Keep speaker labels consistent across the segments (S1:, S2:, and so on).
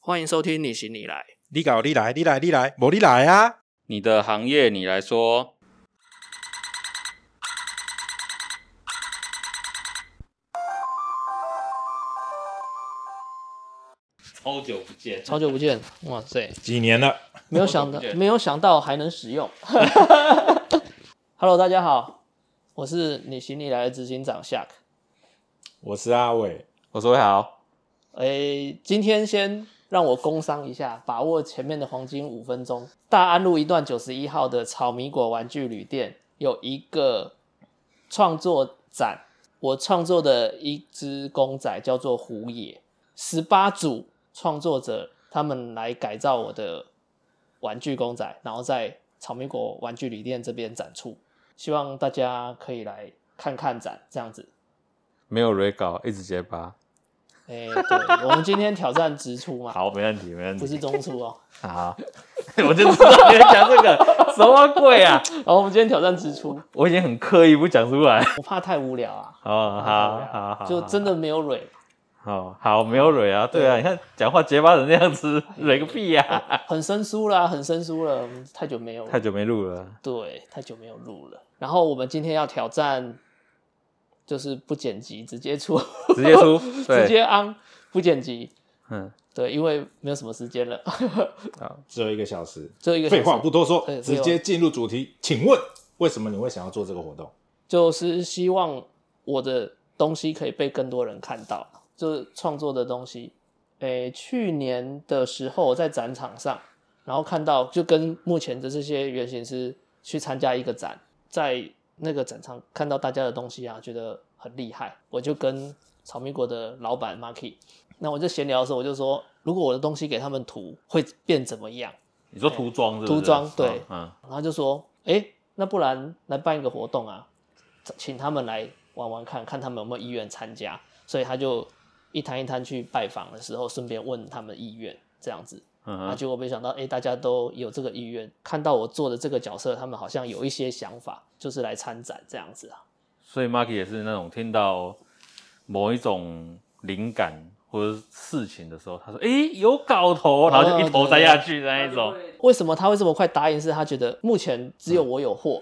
S1: 欢迎收听你行你来，
S2: 你搞你来，你来你来，我你来啊！
S3: 你的行业你来说，超久不见，
S1: 超久不见，哇塞，
S2: 几年了，
S1: 没有想到
S3: 好久不，见
S1: 没有想到还能使用。Hello，大家好，我是你行你来的执行长 Shark。
S2: 我是阿伟，
S3: 我说好，
S1: 诶、哎今天先让我工商一下，把握前面的黄金五分钟。大安路一段九十一号的草米果玩具旅店有一个创作展，我创作的一只公仔叫做胡野，十八组创作者他们来改造我的玩具公仔，然后在草米果玩具旅店这边展出，希望大家可以来看看展，这样子。
S3: 没有 re 稿，一直结巴，
S1: 诶、哎对，我们今天挑战直出嘛，
S3: 好，没问题，没问
S1: 不是
S3: 题，
S1: 中出哦。
S3: 好， 我就知道你在讲这个， 什么鬼啊？
S1: 然后我们今天挑战支出，
S3: 我已经很刻意不讲出来，
S1: 我怕太无聊啊，
S3: 好好好好，
S1: 就真的没有蕊，
S3: 好好没有蕊啊，对啊，你看讲话结巴成那样子， 蕊个屁啊呀！
S1: 啊很生疏啦，很生疏了，我们太久没有，
S3: 太久没录 了，
S1: 对，太久没有录了。然后我们今天要挑战，就是不剪辑，直接出，
S3: 直接出，
S1: 直
S3: 对，
S1: 接昂，不剪辑，
S3: 嗯，
S1: 对，因为没有什么时间了，
S2: 只有一个小时，
S1: 只有一个小
S2: 废
S1: 时
S2: 话不多说
S1: 对，
S2: 直接进入主题。请问为什么你会想要做这个活动？
S1: 就是希望我的东西可以被更多人看到，就是创作的东西。诶，去年的时候我在展场上，然后看到就跟目前的这些原型师去参加一个展，在那个展场看到大家的东西啊，觉得很厉害，我就跟草莓果的老板 Marky，那我就闲聊的时候我就说，如果我的东西给他们涂会变怎么样？
S3: 你说涂装是不是？
S1: 涂装对
S3: 嗯，
S1: 然后就说：“哎，那不然来办一个活动啊，请他们来玩玩看，看他们有没有意愿参加。”所以他就一摊一摊去拜访的时候，顺便问他们意愿，这样子。
S3: 嗯
S1: 啊，
S3: 哼，
S1: 结果没想到，哎，大家都有这个意愿，看到我做的这个角色，他们好像有一些想法，就是来参展这样子啊。
S3: 所以 Marky 也是那种听到某一种灵感或者是事情的时候，他说：“诶，有搞头！”然后
S1: 哦
S3: 就一头栽下去的那一种。
S1: 为什么他会这么快答应？是他觉得目前只有我有货，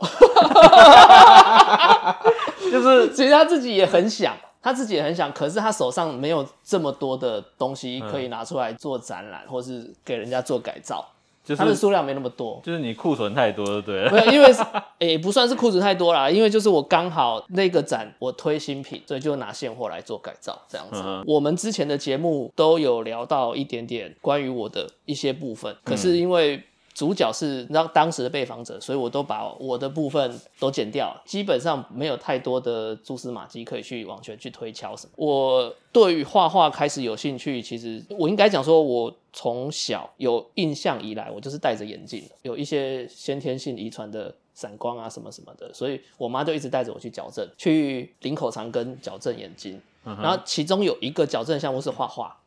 S1: 就是其实他自己也很想，他自己也很想，可是他手上没有这么多的东西可以拿出来做展览，或是给人家做改造，
S3: 嗯就
S1: 他的
S3: 是
S1: 数量没那么多。
S3: 就是你库存太多，对 了
S1: 没有，因为是也、不算是库存太多啦，因为就是我刚好那个展我推新品，所以就拿现货来做改造这样子。
S3: 嗯哼
S1: 我们之前的节目都有聊到一点点关于我的一些部
S3: 嗯
S1: 分，可是因为。主角是让当时的被访者，所以我都把我的部分都剪掉了，基本上没有太多的蛛丝马迹可以去往前去推敲什么。我对于画画开始有兴趣，其实我应该讲说，我从小有印象以来，我就是戴着眼镜的，有一些先天性遗传的散光啊什么什么的，所以我妈就一直带着我去矫正，去领口长根矫正眼睛。然后其中有一个矫正项目是画画，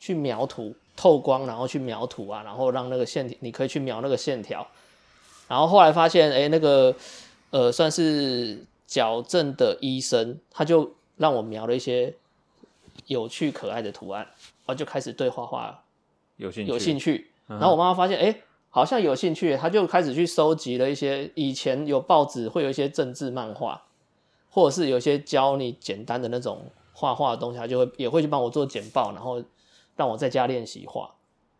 S1: 去描图，透光，然后去描图啊，然后让那个线，你可以去描那个线条。然后后来发现，哎，那个呃，算是矫正的医生，他就让我描了一些有趣可爱的图案，然后就开始对画画
S3: 有兴趣，嗯
S1: 有兴趣。然后我妈妈发现，哎、好像有兴趣，她就开始去收集了一些以前有报纸会有一些政治漫画，或者是有一些教你简单的那种画画的东西，她就会也会去帮我做简报，然后让我在家练习画。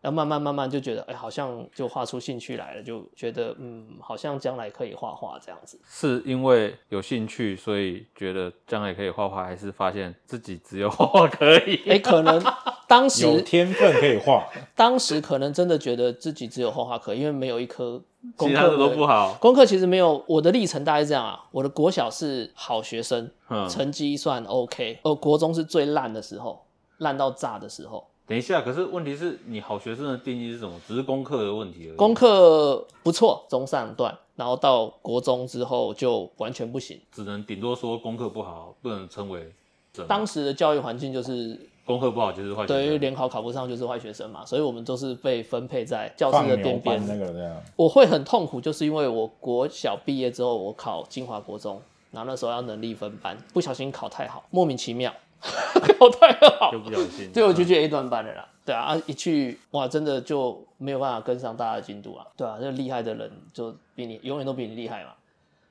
S1: 然后慢慢慢慢就觉得，哎、好像就画出兴趣来了，就觉得嗯，好像将来可以画画这样子。
S3: 是因为有兴趣，所以觉得将来可以画画，还是发现自己只有画画可以？
S1: 哎、可能当时
S2: 有天分可以画，
S1: 当时可能真的觉得自己只有画画课，因为没有一科功
S3: 其
S1: 课
S3: 他的都
S1: 会
S3: 不好。
S1: 功课其实没有我的历程大概是这样啊，我的国小是好学生，
S3: 嗯，
S1: 成绩算 OK，呃，国中是最烂的时候，烂到炸的时候。
S3: 等一下，可是问题是你好学生的定义是什么？只是功课的问题而已。
S1: 功课不错，中上段，然后到国中之后就完全不行。
S3: 只能顶多说功课不好，不能称为什么
S1: 当时的教育环境就是，
S3: 功课不好就是坏学生。
S1: 对于联考考不上就是坏学生嘛，所以我们都是被分配在教
S2: 放
S1: 室的
S2: 牛
S1: 边嗯
S2: 班那
S1: 边。
S2: 个啊这样，
S1: 我会很痛苦，就是因为我国小毕业之后，我考金华国中，然后那时候要能力分班， 不小心考太好，莫名其妙考太好，
S3: 就不小心。 嗯
S1: 对，我就去 A 段班了啦。对啊，啊一去哇，真的就没有办法跟上大家的进度啊。对啊，就厉害的人就比你永远都比你厉害嘛。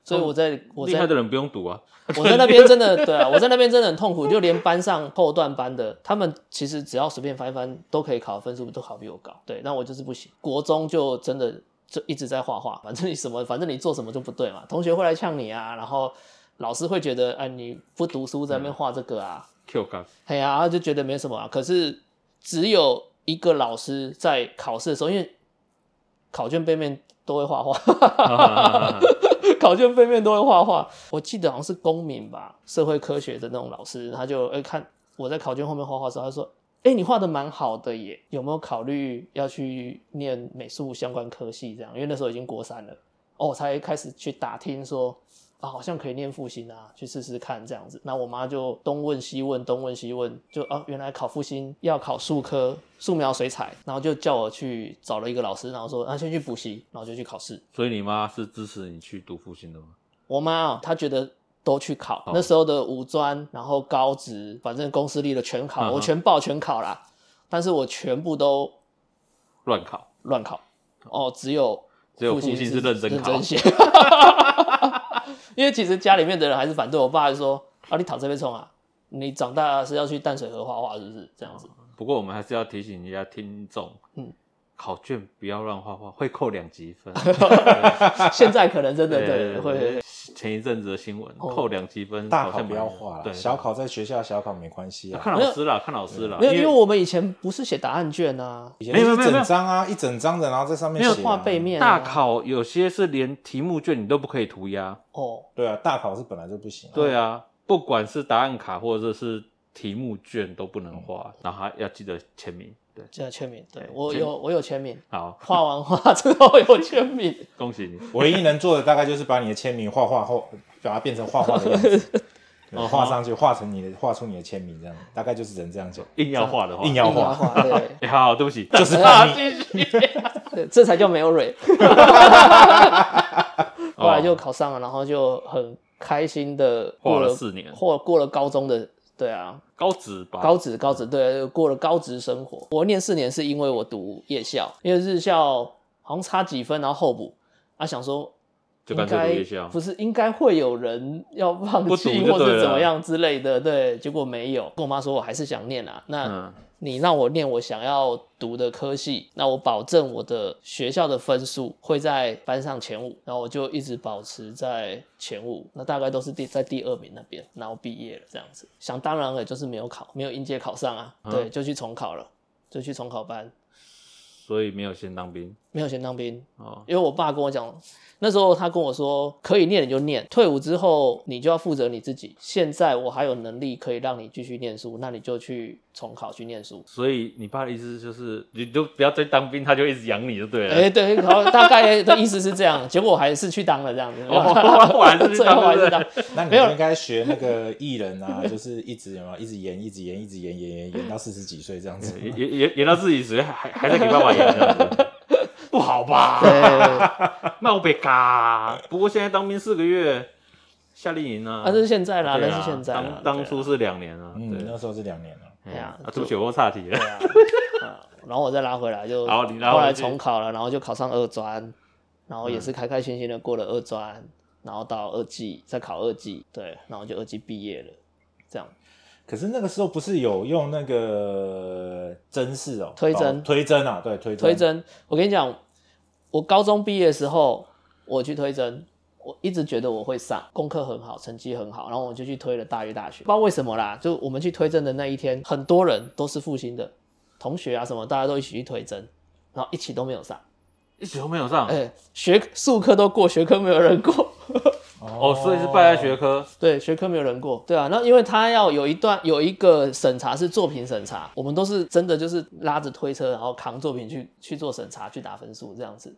S1: 所以我在我
S3: 厉
S1: 在
S3: 害的人不用赌啊，
S1: 我在那边真的对啊，我在那边真的很痛苦，就连班上后段班的，他们其实只要随便翻一翻都可以考分数，都考比我高。对，但我就是不行。国中就真的就一直在画画，反正你什么，反正你做什么就不对嘛，同学会来呛你啊，然后老师会觉得哎你不读书在那边画这个啊，
S3: Q 卡
S1: 哎呀、啊，就觉得没什么啊。可是只有一个老师在考试的时候，因为考卷背面都会画画， 考卷背面都会画画。我记得好像是公民吧，社会科学的那种老师，他就哎、看我在考卷后面画画的时候，他说：“哎、你画的蛮好的耶，有没有考虑要去念美术相关科系？”这样，因为那时候已经国三了，哦，我才开始去打听说。啊，好像可以念复兴啊，去试试看这样子。那我妈就东问西问，东问西问，就啊，原来考复兴要考数科、素描、水彩，然后就叫我去找了一个老师，然后说啊，先去补习，然后就去考试。
S3: 所以你妈是支持你去读复兴的吗？
S1: 我妈哦，她觉得都去考，那时候的五专，然后高职，反正公司立的全考，
S3: 嗯哼
S1: 我全报全考啦，但是我全部都
S3: 乱考，
S1: 乱考，哦，只有
S3: 只有
S1: 复
S3: 复兴
S1: 是
S3: 是认真考
S1: 认真 写，因为其实家里面的人还是反对，我爸还说啊，你躺这边冲啊，你长大是要去淡水河画画是不是？这样 子，
S3: 不过我们还是要提醒一下听众，
S1: 嗯
S3: 考卷不要乱画画，会扣两级分。
S1: 现在可能真的 对会。
S3: 前一阵子的新闻，
S1: 哦
S3: 扣两级分，
S2: 大
S3: 好
S2: 考
S3: 像
S2: 不要画
S3: 对
S2: 了，，小考在学校小考没关系啊。
S3: 啊看老师啦，看老师啦，
S1: 没有，因为我们以前不是写答案卷啊，
S2: 以前
S3: 没有
S2: 是一
S3: 没有没有
S2: 整张啊，一整张的，然后在上面写啊
S1: 画背。面啊
S3: 大考有些是连题目卷你都不可以涂鸦。
S1: 哦，
S2: 对啊，大考是本来就不行啊。
S3: 对啊，不管是答案卡或者是题目卷都不能画，
S1: 嗯
S3: 然后还要记得签名。对，
S1: 这个签名，对
S3: 对
S1: 我
S3: 签
S1: 有我有签名，
S3: 好，
S1: 画完画之后有签名。
S3: 恭喜你。
S2: 唯一能做的大概就是把你的签名画画后，把它变成画画的样子，对画上去，画成你的，画出你的签名这样，大概就是只能这样讲。
S3: 硬要画的话，
S2: 硬要
S1: 画
S2: 画，
S1: 画， 对
S3: 哎、好好，对不起，就是啊，
S2: 叛逆
S3: 继续。
S1: 对，这才叫没有蕊。
S3: 哦
S1: 后来就考上了，然后就很开心的
S3: 画了四年
S1: 或过了高中的，对啊，
S3: 高职吧，
S1: 高职高职对，过了高职生活。我念四年是因为我读夜校，因为日校好像差几分，然后候补，啊想说。
S3: 就干脆读夜校
S1: 应该不是应该会有人要放
S3: 不读
S1: 弃
S3: 就
S1: 或
S3: 对
S1: 是
S3: 了
S1: 怎么样之类的，对，结果没有。跟我妈说我还是想念啊，那
S3: 嗯，
S1: 你让我念我想要读的科系，那我保证我的学校的分数会在班上前五，然后我就一直保持在前五，那大概都是第在第二名那边，然后毕业了这样子。想当然了，就是没有考，没有应届考上啊，
S3: 嗯
S1: 对，就去重考了，就去重考班，
S3: 所以没有先当兵
S1: 没有先当兵，
S3: 哦，
S1: 因为我爸跟我讲，那时候他跟我说，可以念你就念，退伍之后你就要负责你自己。现在我还有能力可以让你继续念书，那你就去重考去念书。
S3: 所以你爸的意思就是，你就不要再当兵，他就一直养你就对了。
S1: 哎、对，然后大概的意思是这样， 结果我还是去当了这样子，
S3: 哦后来是去
S1: 最
S3: 当
S1: 后还是
S3: 对
S1: 当
S3: 不，
S2: 那你
S1: 没有
S2: 就应该学那个艺人啊，就是一直有没有一直演，一直演，一直演，演演演到四十几岁这样子。
S3: 演演演演到自己死，还还在给爸爸演这样 子，不好吧？
S1: 对，啊，
S3: 冒被嘎。不过现在当兵四个月，夏令营啊，
S1: 这是现在啦，
S3: 对
S1: 那
S3: 啊
S1: 是现在啦
S3: 当当初是两年啊，
S2: 嗯，
S3: 对
S2: 那时候是两年了。
S1: 对啊
S3: 啊，对不起，我岔题了。
S1: 然后我再拉回来就，
S3: 好你拉回
S1: 后来
S3: 去嗯
S1: 重考了，然后就考上二专，然后也是开开心心的过了二专，然后到二技再考二技，对，然后就二技毕业了，这样
S2: 可是那个时候不是有用那个针式哦，
S1: 推针
S2: 哦推针啊，对，推针
S1: 推甄。我跟你讲，我高中毕业的时候我去推甄。我一直觉得我会上，功课很好，成绩很好，然后我就去推了大约大学，不知道为什么啦，就我们去推甄的那一天，很多人都是复兴的同学啊什么，大家都一起去推甄，然后一起都没有上。
S3: 一直都没有上
S1: 哎、学术科都过，学科没有人过。
S3: 哦，所以是败在学
S2: 科。
S3: 科。
S1: 对，学科没有人过。对啊，那因为他要有一段有一个审查是作品审查，我们都是真的就是拉着推车，然后扛作品去去做审查，去打分数这样子。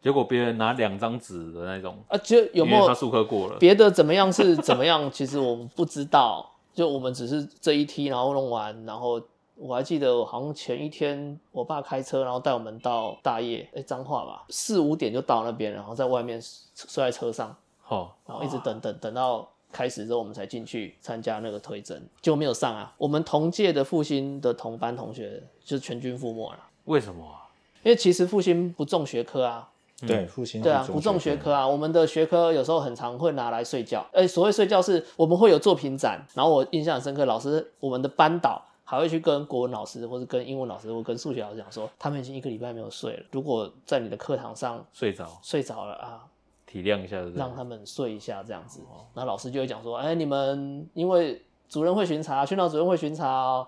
S3: 结果别人拿两张纸的那种，
S1: 啊，就有没
S3: 因为他
S1: 有
S3: 数科过了？
S1: 别的怎么样是怎么样？其实我们不知道， 就我们只是这一梯然后弄完，然后。我还记得，我好像前一天我爸开车，然后带我们到大业，哎，彰化吧，四五点就到那边，然后在外面睡睡在车上，
S3: 哦，
S1: 然后一直等等等到开始之后，我们才进去参加那个推甄，结果没有上啊。我们同届的复兴的同班同学就全军覆没了，
S3: 为什么啊？
S1: 因为其实复兴不重学科啊，
S2: 对，复兴
S1: 对啊，不重学科啊，我们的学科有时候很常会拿来睡觉。哎，所谓睡觉是我们会有作品展，然后我印象很深刻，老师我们的班导还会去跟国文老师或者跟英文老师或跟数学老师讲说，他们已经一个礼拜没有睡了，如果在你的课堂上
S3: 睡着，
S1: 睡着了啊，
S3: 体谅一下，对不对？哦
S1: 让他们睡一下这样子。然后老师就会讲说，哎，你们因为主任会巡查，训导主任会巡查哦，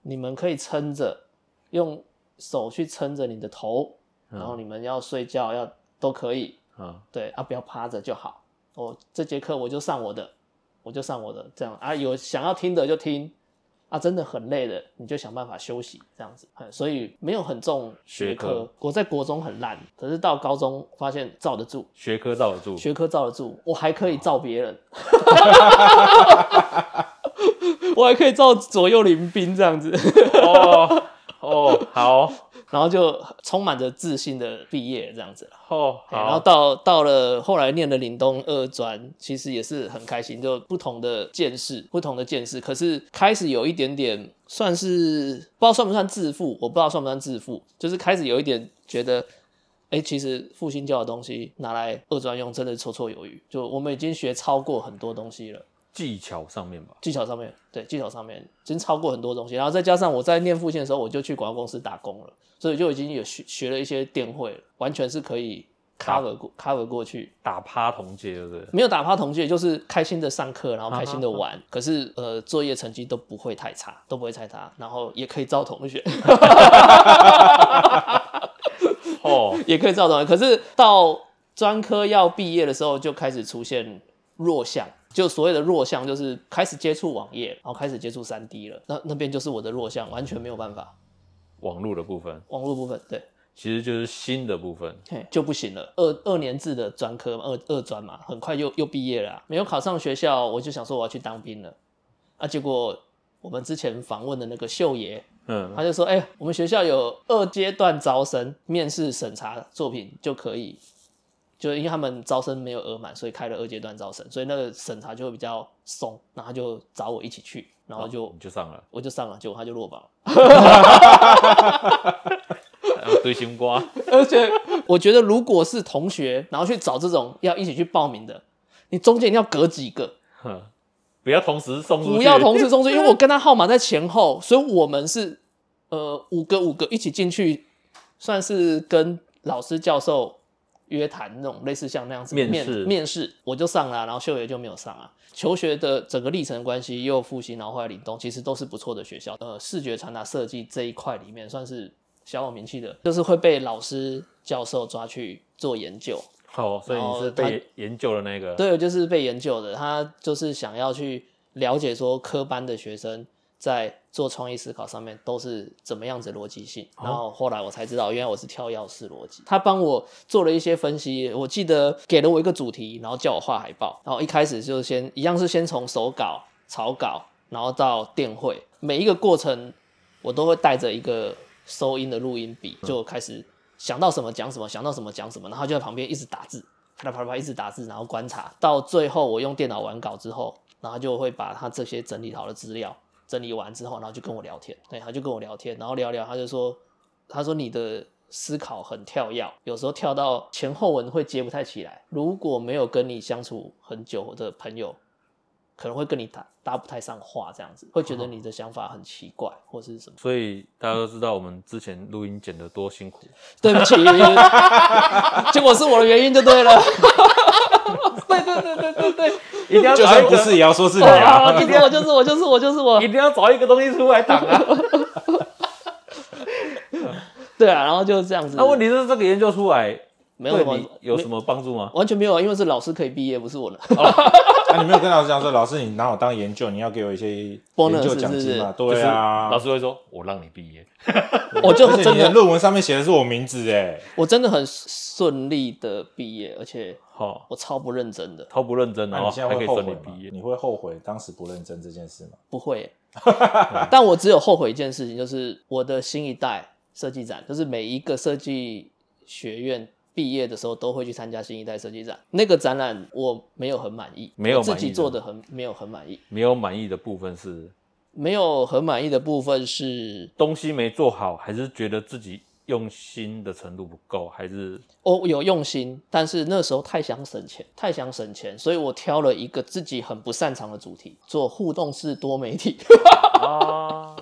S1: 你们可以撑着，用手去撑着你的头，
S3: 嗯
S1: 然后你们要睡觉要都可以，
S3: 啊，
S1: 对啊，不要趴着就好。我这节课我就上我的，我就上我的，这样啊，有想要听的就听，啊，真的很累的，你就想办法休息，这样子。嗯所以没有很重学科，
S3: 学科
S1: 我在国中很烂，可是到高中发现罩得住，
S3: 学科罩得住，
S1: 学科罩得住，我还可以罩别人， 我还可以罩左右邻兵这样子，
S3: 哦哦，好
S1: 然后就充满着自信的毕业这样子。
S3: 哦
S1: 哎然后
S3: 好，
S1: 到到了后来念的岭东二专，其实也是很开心，就不同的见识，不同的见识。可是开始有一点点，算是不知道算不算自负，我不知道算不算自负，就是开始有一点觉得，哎，其实复兴教的东西拿来二专用，真的绰绰有余。就我们已经学超过很多东西了。
S3: 技巧上面吧，
S1: 技巧上面，对技巧上面已经超过很多东西，然后再加上我在念复线的时候，我就去广告公司打工了，所以就已经有学学了一些电绘了，完全是可以 cover 过 cover 过去，
S3: 打趴同阶，对不对？
S1: 没有打趴同届，就是开心的上课，然后开心的玩，可是呃作业成绩都不会太差，都不会太差，然后也可以招同学，
S3: 哦，
S1: 也可以照同学，可是到专科要毕业的时候，就开始出现弱项，就所谓的弱项，就是开始接触网页，然后开始接触三 D 了，那那边就是我的弱项，完全没有办法。
S3: 网络的部分
S1: 网络部分，对，
S3: 其实就是新的部分，
S1: 嘿就不行了。二二年制的专科嘛，二二专嘛，很快又又毕业了啊、没有考上学校，我就想说我要去当兵了，啊，结果我们之前访问的那个秀爷，
S3: 嗯，
S1: 他就说，哎、我们学校有二阶段招生，面试审查作品就可以。就因为他们招生没有额满，所以开了二阶段招生，所以那个审查就会比较松，然后他就找我一起去，然后就、
S3: 你就上了，
S1: 我就上了，结果他就落榜了。
S3: 还啊有堆心瓜，
S1: 而且我觉得，如果是同学，然后去找这种要一起去报名的，你中间一定要隔几个，
S3: 哼不要同时送出去，
S1: 不要同时送出去，因为我跟他号码在前后，所以我们是呃五个五个一起进去，算是跟老师教授约谈那种类似像那样子
S3: 面
S1: 面
S3: 试
S1: 面试，我就上了啊、然后秀爷就没有上啊。求学的整个历程关系，又复习，然后后来岭东，其实都是不错的学校。呃，视觉传达设计这一块里面算是小有名气的，就是会被老师教授抓去做研究。
S3: 哦，所以你是
S1: 然后
S3: 被研究的那个，
S1: 对，就是被研究的，他就是想要去了解说科班的学生在做创意思考上面都是怎么样子逻辑性。然后后来我才知道，原来我是跳钥匙逻辑。他帮我做了一些分析，我记得给了我一个主题，然后叫我画海报。然后一开始就先一样是先从手稿、草稿，然后到电绘，每一个过程我都会带着一个收音的录音笔，就开始想到什么讲什么，想到什么讲什么，然后就在旁边一直打字，啪啦啪啦啪啦一直打字，然后观察到最后，我用电脑完稿之后，然后就会把他这些整理好的资料整理完之后，然后就跟我聊天，对，他就跟我聊天，然后聊聊，他就说，他说你的思考很跳跃，有时候跳到前后文会接不太起来，如果没有跟你相处很久的朋友，可能会跟你搭搭不太上话，这样子会觉得你的想法很奇怪或是什么。
S3: 所以大家都知道我们之前录音剪得多辛苦，
S1: 对不起， 结果是我的原因就对了。对对对对对对，
S3: 一定要
S2: 就
S3: 找
S2: 算
S3: 一
S2: 不
S3: 个，
S2: 是也要说是你 啊，
S1: 啊，就是我，就是我，就是我，就是我
S3: 一。定要找一个东西出来挡啊。
S1: 对啊，然后就这样子。
S3: 那问题是这个研究出来
S1: 没有什
S3: 对
S1: 么
S3: 你，有什么嗯帮助吗？
S1: 完全没有啊，因为是老师可以毕业，不是我的。
S2: 啊，你没有跟老师讲说，老师你拿我当研究，你要给我一些研
S1: Bonus，
S2: 究奖金嘛？对啊，
S3: 老师会说：“我让你毕业。
S1: 我就
S2: 而且
S1: 真
S2: 你的
S1: 的，
S2: 论文上面写的是我名字哎，
S1: 我真的很顺利的毕业，而且”
S3: 好，
S1: 我超不认真的，
S3: 超不认真
S2: 那
S3: 哦，
S2: 你现在
S3: 还可
S2: 会
S3: 以
S2: 后
S3: 顺
S2: 悔
S3: 利
S2: 吗
S3: 毕业？
S2: 你会后悔当时不认真这件事吗？
S1: 不会 耶。但我只有后悔一件事情，就是我的新一代设计展，就是每一个设计学院毕业的时候都会去参加新一代设计展，那个展览我没有很满意，
S3: 没有
S1: 我自
S3: 满意
S1: 己
S3: 的
S1: 做的很没有很满意，
S3: 没有满意的部分是
S1: 没有很满意的部分是
S3: 东西没做好，还是觉得自己用心的程度不够，还是
S1: 哦，有用心，但是那时候太想省钱，太想省钱，所以我挑了一个自己很不擅长的主题，做互动式多媒体。
S3: 啊？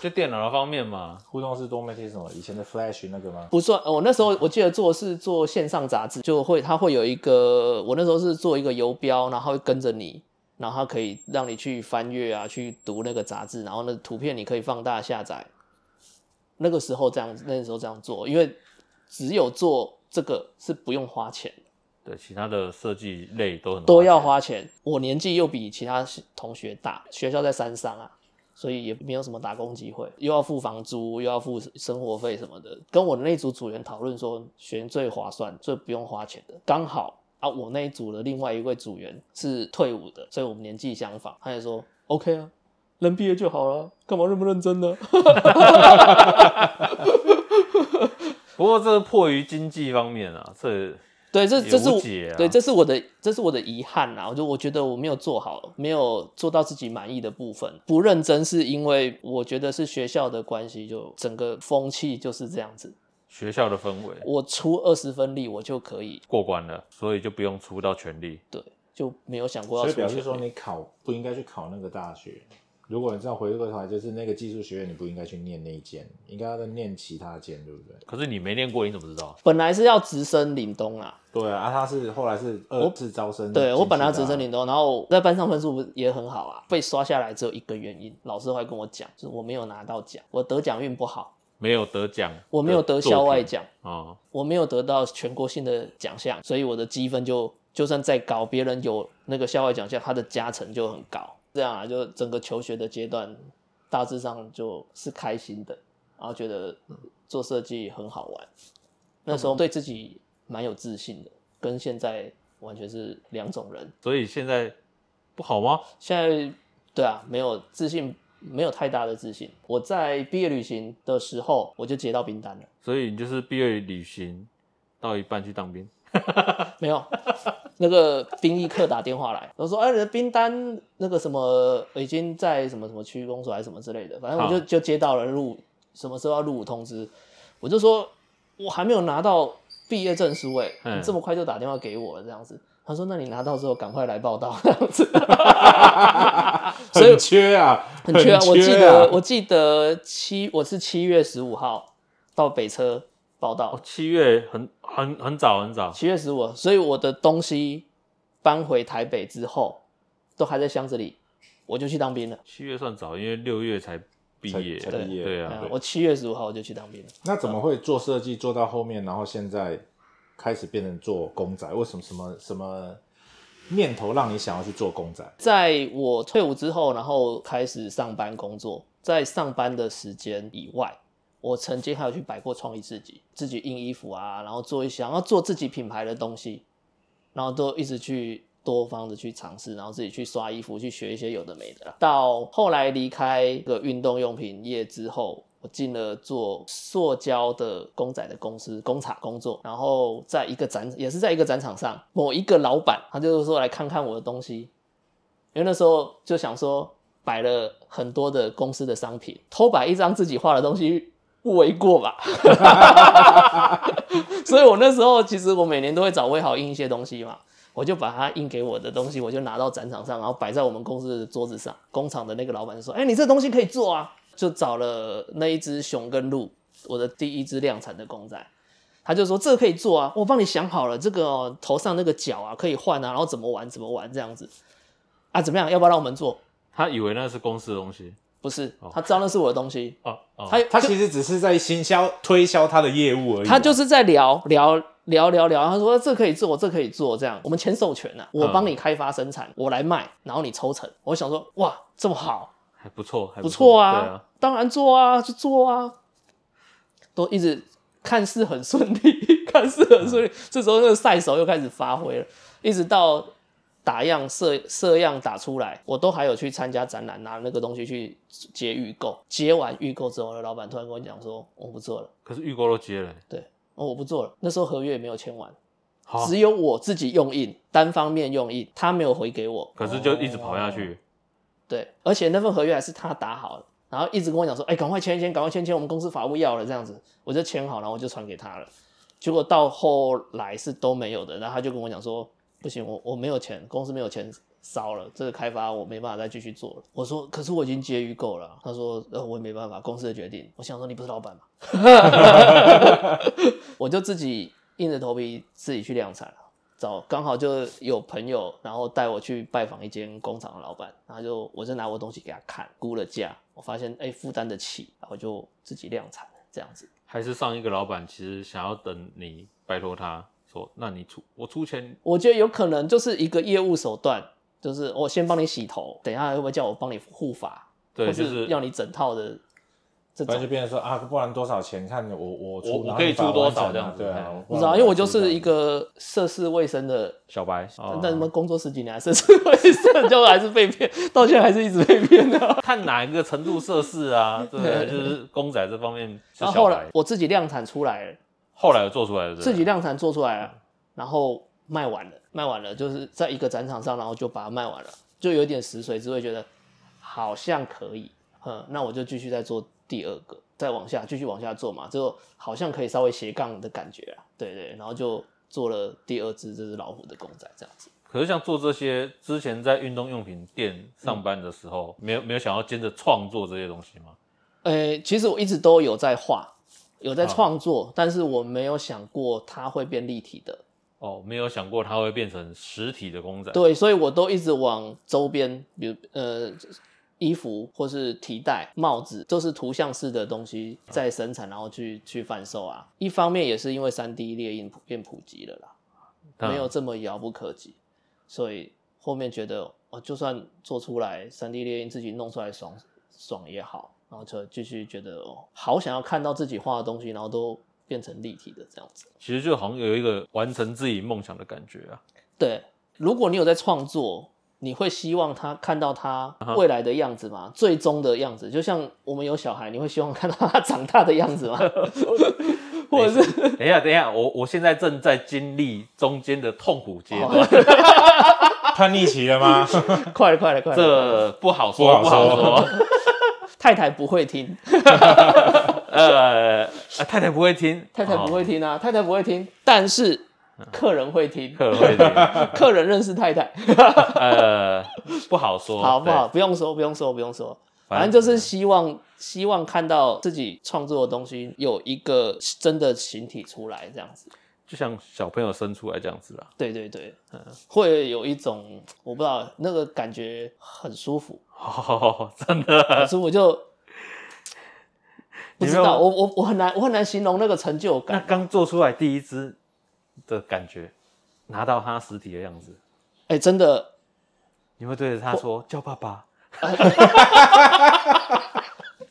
S3: 就电脑的方面嘛，
S2: 互动式多媒体是什么？以前的 Flash 那个吗？
S1: 不算，我、那时候我记得做的是做线上杂志，就会它会有一个，我那时候是做一个游标，然后会跟着你，然后它可以让你去翻阅啊，去读那个杂志，然后呢图片你可以放大下载。那个时候这样，那时候这样做，因为只有做这个是不用花钱，
S3: 对，其他的设计类都很
S1: 都要
S3: 钱
S1: 花钱。我年纪又比其他同学大，学校在山上啊，所以也没有什么打工机会，又要付房租，又要付生活费什么的。跟我的那组组员讨论说，选最划算、最不用花钱的。刚好啊，我那一组的另外一位组员是退伍的，所以我们年纪相仿，他就说 OK 啊。能毕业就好了，干嘛认不认真呢？
S3: 不过这是迫于经济方面啊，这
S1: 对，这这是
S3: 也无
S1: 我
S3: 解啊
S1: 对，这是我的这是我的遗憾啦。我就我觉得我没有做好，没有做到自己满意的部分。不认真是因为我觉得是学校的关系，就整个风气就是这样子。
S3: 学校的氛围
S1: 我出二十分力，我就可以，
S3: 过关了，所以就不用出到全力。
S1: 对，就没有想过
S2: 所
S1: 要
S2: 以
S1: 出
S2: 表示
S1: 全
S2: 说
S1: 力
S2: 你考不应该去考那个大学。如果你这样回过头来，就是那个技术学院，你不应该去念那一间，应该要再念其他间，对不对？
S3: 可是你没练过，你怎么知道？
S1: 本来是要直升岭东啦，
S2: 对啊，啊他是后来是二次招生进去的啊、
S1: 对我本来要直升岭东，然后在班上分数不是也很好啊，被刷下来只有一个原因，老师还跟我讲，就是我没有拿到奖，我得奖运不好，
S3: 没有得奖，
S1: 我
S2: 呃
S1: 没有得校外奖。
S3: 啊、
S1: 我没有得到全国性的奖项，所以我的积分就就算再高，别人有那个校外奖项，他的加成就很高。这样啊，就整个求学的阶段，大致上就是开心的，然后觉得做设计很好玩。那时候对自己蛮有自信的，跟现在完全是两种人。
S3: 所以现在不好吗？
S1: 现在对啊，没有自信，没有太大的自信。我在毕业旅行的时候，我就接到兵单了。
S3: 所以你就是毕业旅行到一半去当兵，
S1: 没有， 那个兵役课打电话来，我说：“哎，你的兵单那个什么呃已经在什么什么区公所还是什么之类的，反正我就
S3: 好
S1: 就接到了入什么时候要入伍通知，我就说我还没有拿到毕业证书哎、
S3: 嗯
S1: 你这么快就打电话给我了这样子。”他说：“那你拿到 之后赶快来报道这样子。”所以
S2: 很缺啊，
S1: 很缺啊！我记
S2: 啊
S1: 得我记得七我是七月十五号到北车报道
S3: 哦，，七月很很很早很早，
S1: 七月十五，所以我的东西搬回台北之后，都还在箱子里，我就去当兵了。
S3: 七月算早，因为六月才毕业，
S2: 才才
S1: 对
S2: 毕业
S3: 对啊
S1: 嗯，我七月十五号我就去当兵了。
S2: 那怎么会做设计做到后面，然后现在开始变成做公仔？为什么什么什么念头让你想要去做公仔？
S1: 在我退伍之后，然后开始上班工作，在上班的时间以外，我曾经还有去摆过创意市集，自己印衣服啊，然后做一些想要做自己品牌的东西，然后都一直去多方的去尝试，然后自己去刷衣服，去学一些有的没的啦。到后来离开个运动用品业之后。我进了做塑胶的公仔的公司工厂工作，然后在一个展也是在一个展场上，某一个老板他就是说来看看我的东西，因为那时候就想说摆了很多的公司的商品，偷摆一张自己画的东西不为过吧？ 所以我那时候其实我每年都会找魏好印一些东西嘛，我就把他印给我的东西，我就拿到展场上，然后摆在我们公司的桌子上。工厂的那个老板就说：“哎、你这东西可以做啊！”就找了那一只熊跟鹿，我的第一只量产的公仔。他就说这个可以做啊，我帮你想好了，这个、哦、头上那个角啊可以换啊，然后怎么玩怎么玩这样子啊，怎么样？要不要让我们做？
S3: 他以为那是公司的东西，
S1: 不是，他知道那是我的东西，
S3: 哦哦，
S1: 他
S2: 他其实只是在行销推销他的业务而已。啊
S1: 他就是在聊聊聊聊聊，他说这可以做，这可以做，这样我们签授权啊，我帮你开发生产，我来卖，然后你抽成。我想说，哇，这么好，
S3: 还不错，还
S1: 不错
S3: 对
S1: 啊
S3: 啊，，
S1: 当然做啊，就做啊，都一直看似很顺利， 看似很顺利。这时候那个赛手又开始发挥了，一直到打样色色样打出来，我都还有去参加展览，拿那个东西去接预购。接完预购之后呢，老板突然跟我讲说，我不做了。
S3: 可是预购都接了，
S1: 对，哦，我不做了。那时候合约也没有签完，
S3: 好，
S1: 只有我自己用印，单方面用印，他没有回给我。
S3: 可是就一直跑下去，
S1: 对，而且那份合约还是他打好了，然后一直跟我讲说，哎、赶快签一签，赶快签一签，我们公司法务要了这样子，我就签好，然后我就传给他了。结果到后来是都没有的，然后他就跟我讲说，不行，我我没有钱，公司没有钱烧了，这个开发我没办法再继续做了。我说，可是我已经接预购了啊。他说，呃，我也没办法，公司的决定。我想说，你不是老板吗？ 我就自己硬着头皮自己去量产了。找刚好就有朋友，然后带我去拜访一间工厂的老板，然后就我就拿我东西给他看，估了价，我发现哎负担得起，然后就自己量产了这样子。
S3: 还是上一个老板其实想要等你拜托他说，那你出我出钱，
S1: 我觉得有可能就是一个业务手段，就是我先帮你洗头，等一下会不会叫我帮你护发，
S3: 对，
S1: 或
S3: 就是是
S1: 要你整套的这
S2: 反正就
S1: 种。
S2: 变成说啊，不然多少钱？看我我出，
S3: 我我
S2: 然后
S3: 可以
S2: 你把
S3: 出多
S2: 完整
S3: 少
S2: 啊
S3: 这样子
S2: 对
S3: 哎
S2: 啊，
S1: 不知道，
S2: 然
S1: 因为
S2: 我
S1: 我就
S2: 出这
S1: 是
S2: 样
S1: 一个涉世未深的，
S3: 小白，哦
S1: 那什么工作十几年，涉世未深， 就还是被骗，到现在还是一直被骗的、
S3: 看哪一个程度涉事啊，对 不对，就是公仔这方面是
S1: 然后
S3: 小
S1: 后来
S3: 白，
S1: 我自己量产出来了，
S3: 后来有做出来的，对不对
S1: 自己量产做出来了，然后卖完了，卖完了就是在一个展场上，然后就把它卖完了，就有点食髓知味，觉得好像可以，嗯，那我就继续再做第二个，再往下继续往下做嘛，就好像可以稍微斜杠的感觉啊，对对，然后就做了第二只这只老虎的公仔这样子，
S3: 可是像做这些，之前在运动用品店上班的时候，没有没有想要兼着创作这些东西吗？
S1: 呃，其实我一直都有在画，有在创作，但是我没有想过它会变立体的，
S3: 哦，没有想过它会变成实体的公仔。
S1: 对，所以我都一直往周边，比如呃衣服或是提袋、帽子，都是图像式的东西在生产，然后去去贩售啊。一方面也是因为三 D 列印普遍普及了啦，
S3: 嗯
S1: 没有这么遥不可及，所以后面觉得哦，就算做出来三 D 列印自己弄出来爽爽也好，然后就继续觉得哦，好想要看到自己画的东西，然后都变成立体的这样子。
S3: 其实就好像有一个完成自己梦想的感觉啊。
S1: 对，如果你有在创作，你会希望他看到他
S3: 啊
S1: 未来的样子吗最终的样子，就像我们有小孩，你会希望看到他长大的样子 吗？或者是
S3: 等一下，等一下，我我现在正在经历中间的痛苦阶段，
S2: 叛逆期了吗？
S1: 快了，快了，快了！
S3: 这不好说，
S2: 不
S3: 不
S2: 好
S3: 好
S2: 说
S3: 说。
S1: 太太不会听，
S3: 呃，啊太太不会听，
S1: 太太不会
S3: 哦，
S1: 听啊，太太不会听，但是客人会听，
S3: 客人会听。
S1: 客人认识太太。
S3: 呃，不好说，
S1: 好不
S3: 对
S1: 好？？不用说，不用说，不用说，
S3: 反
S1: 反正
S3: 正
S1: 就是希望希望看到自己创作的东西有一个真的形体出来，这样子。
S3: 就像小朋友生出来这样子啦。
S1: 对对对，嗯，会有一种我不知道那个感觉很舒服，
S3: 哦，真的，
S1: 很舒服就不
S3: 呃你
S1: 知
S3: 没有
S1: 道，我我我很难我很难形容那个成就
S3: 那
S1: 感。
S3: 刚做出来第一只的感觉，拿到它实体的样子，
S1: 哎、真的，
S3: 你会对着它说叫爸爸？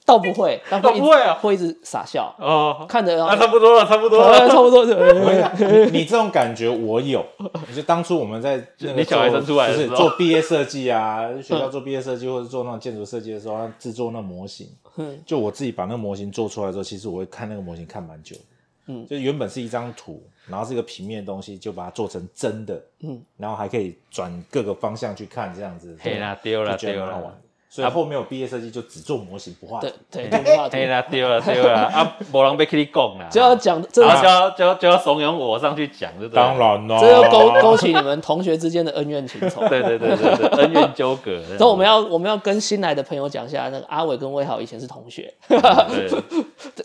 S1: 倒不会，但
S3: 倒
S1: 会一直
S3: 不会啊
S1: 会一直傻笑，
S3: 哦，
S1: 看着
S3: 啊，差不多了，差 不多了。
S1: 差不多 对
S2: 我跟你讲，你你这种感觉我有，你就当初我们在那个
S3: 你小孩
S2: 做
S3: 生出来的
S2: 就是
S3: 时候
S2: 做毕业设计啊，学校做毕业设计或者做那种建筑设计的时候，制作那模型，
S1: 嗯
S2: 就我自己把那个模型做出来之后，其实我会看那个模型看蛮久的，
S1: 嗯
S2: 就原本是一张图，然后是一个平面的东西，就把它做成真的，
S1: 嗯，
S2: 然后还可以转各个方向去看，这样子，
S3: 嘿啦，丢
S2: 就
S3: 了，
S2: 觉得
S3: 丢
S2: 蛮好玩
S3: 了
S2: 的。。啊所以后面我毕业设计就只做模型不画图
S1: 啊对， 对，就不怕
S3: 嘿
S1: 听，
S3: 啦，丢了，丢了啊！没人被跟你讲啦，
S1: 就要讲这
S3: 然后就要就要就要怂恿我上去讲，对不对？
S2: 当，然咯，
S1: 这就勾勾起你们同学之间的恩怨情仇。
S3: 哦 对对对对对，恩怨纠葛。
S1: 所以我们要我们要跟新来的朋友讲一下，那个阿伟跟魏豪以前是同学，
S3: 对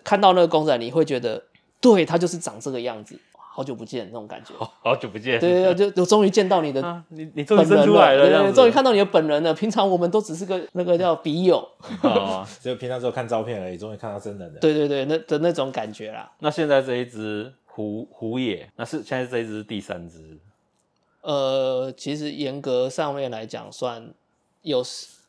S1: 看到那个公仔，你会觉得，对他就是长这个样子，好久不见那种感觉。
S3: 好好久不见。
S1: 对对对，就我终于见到你的
S3: 啊，你你终于
S1: 本人
S3: 生出来了，
S1: 对
S3: 这
S1: 对
S3: 样
S1: 对，
S3: 子
S1: 终于看到你的本人了。平常我们都只是个那个叫笔友，
S3: 哦
S2: 只有平常只有看照片而已，终于看到真人了。
S1: 对对对，那的那种感觉啦。
S3: 那现在这一只虎虎野，那是现在这一只是第三只，
S1: 呃，其实严格上面来讲，算有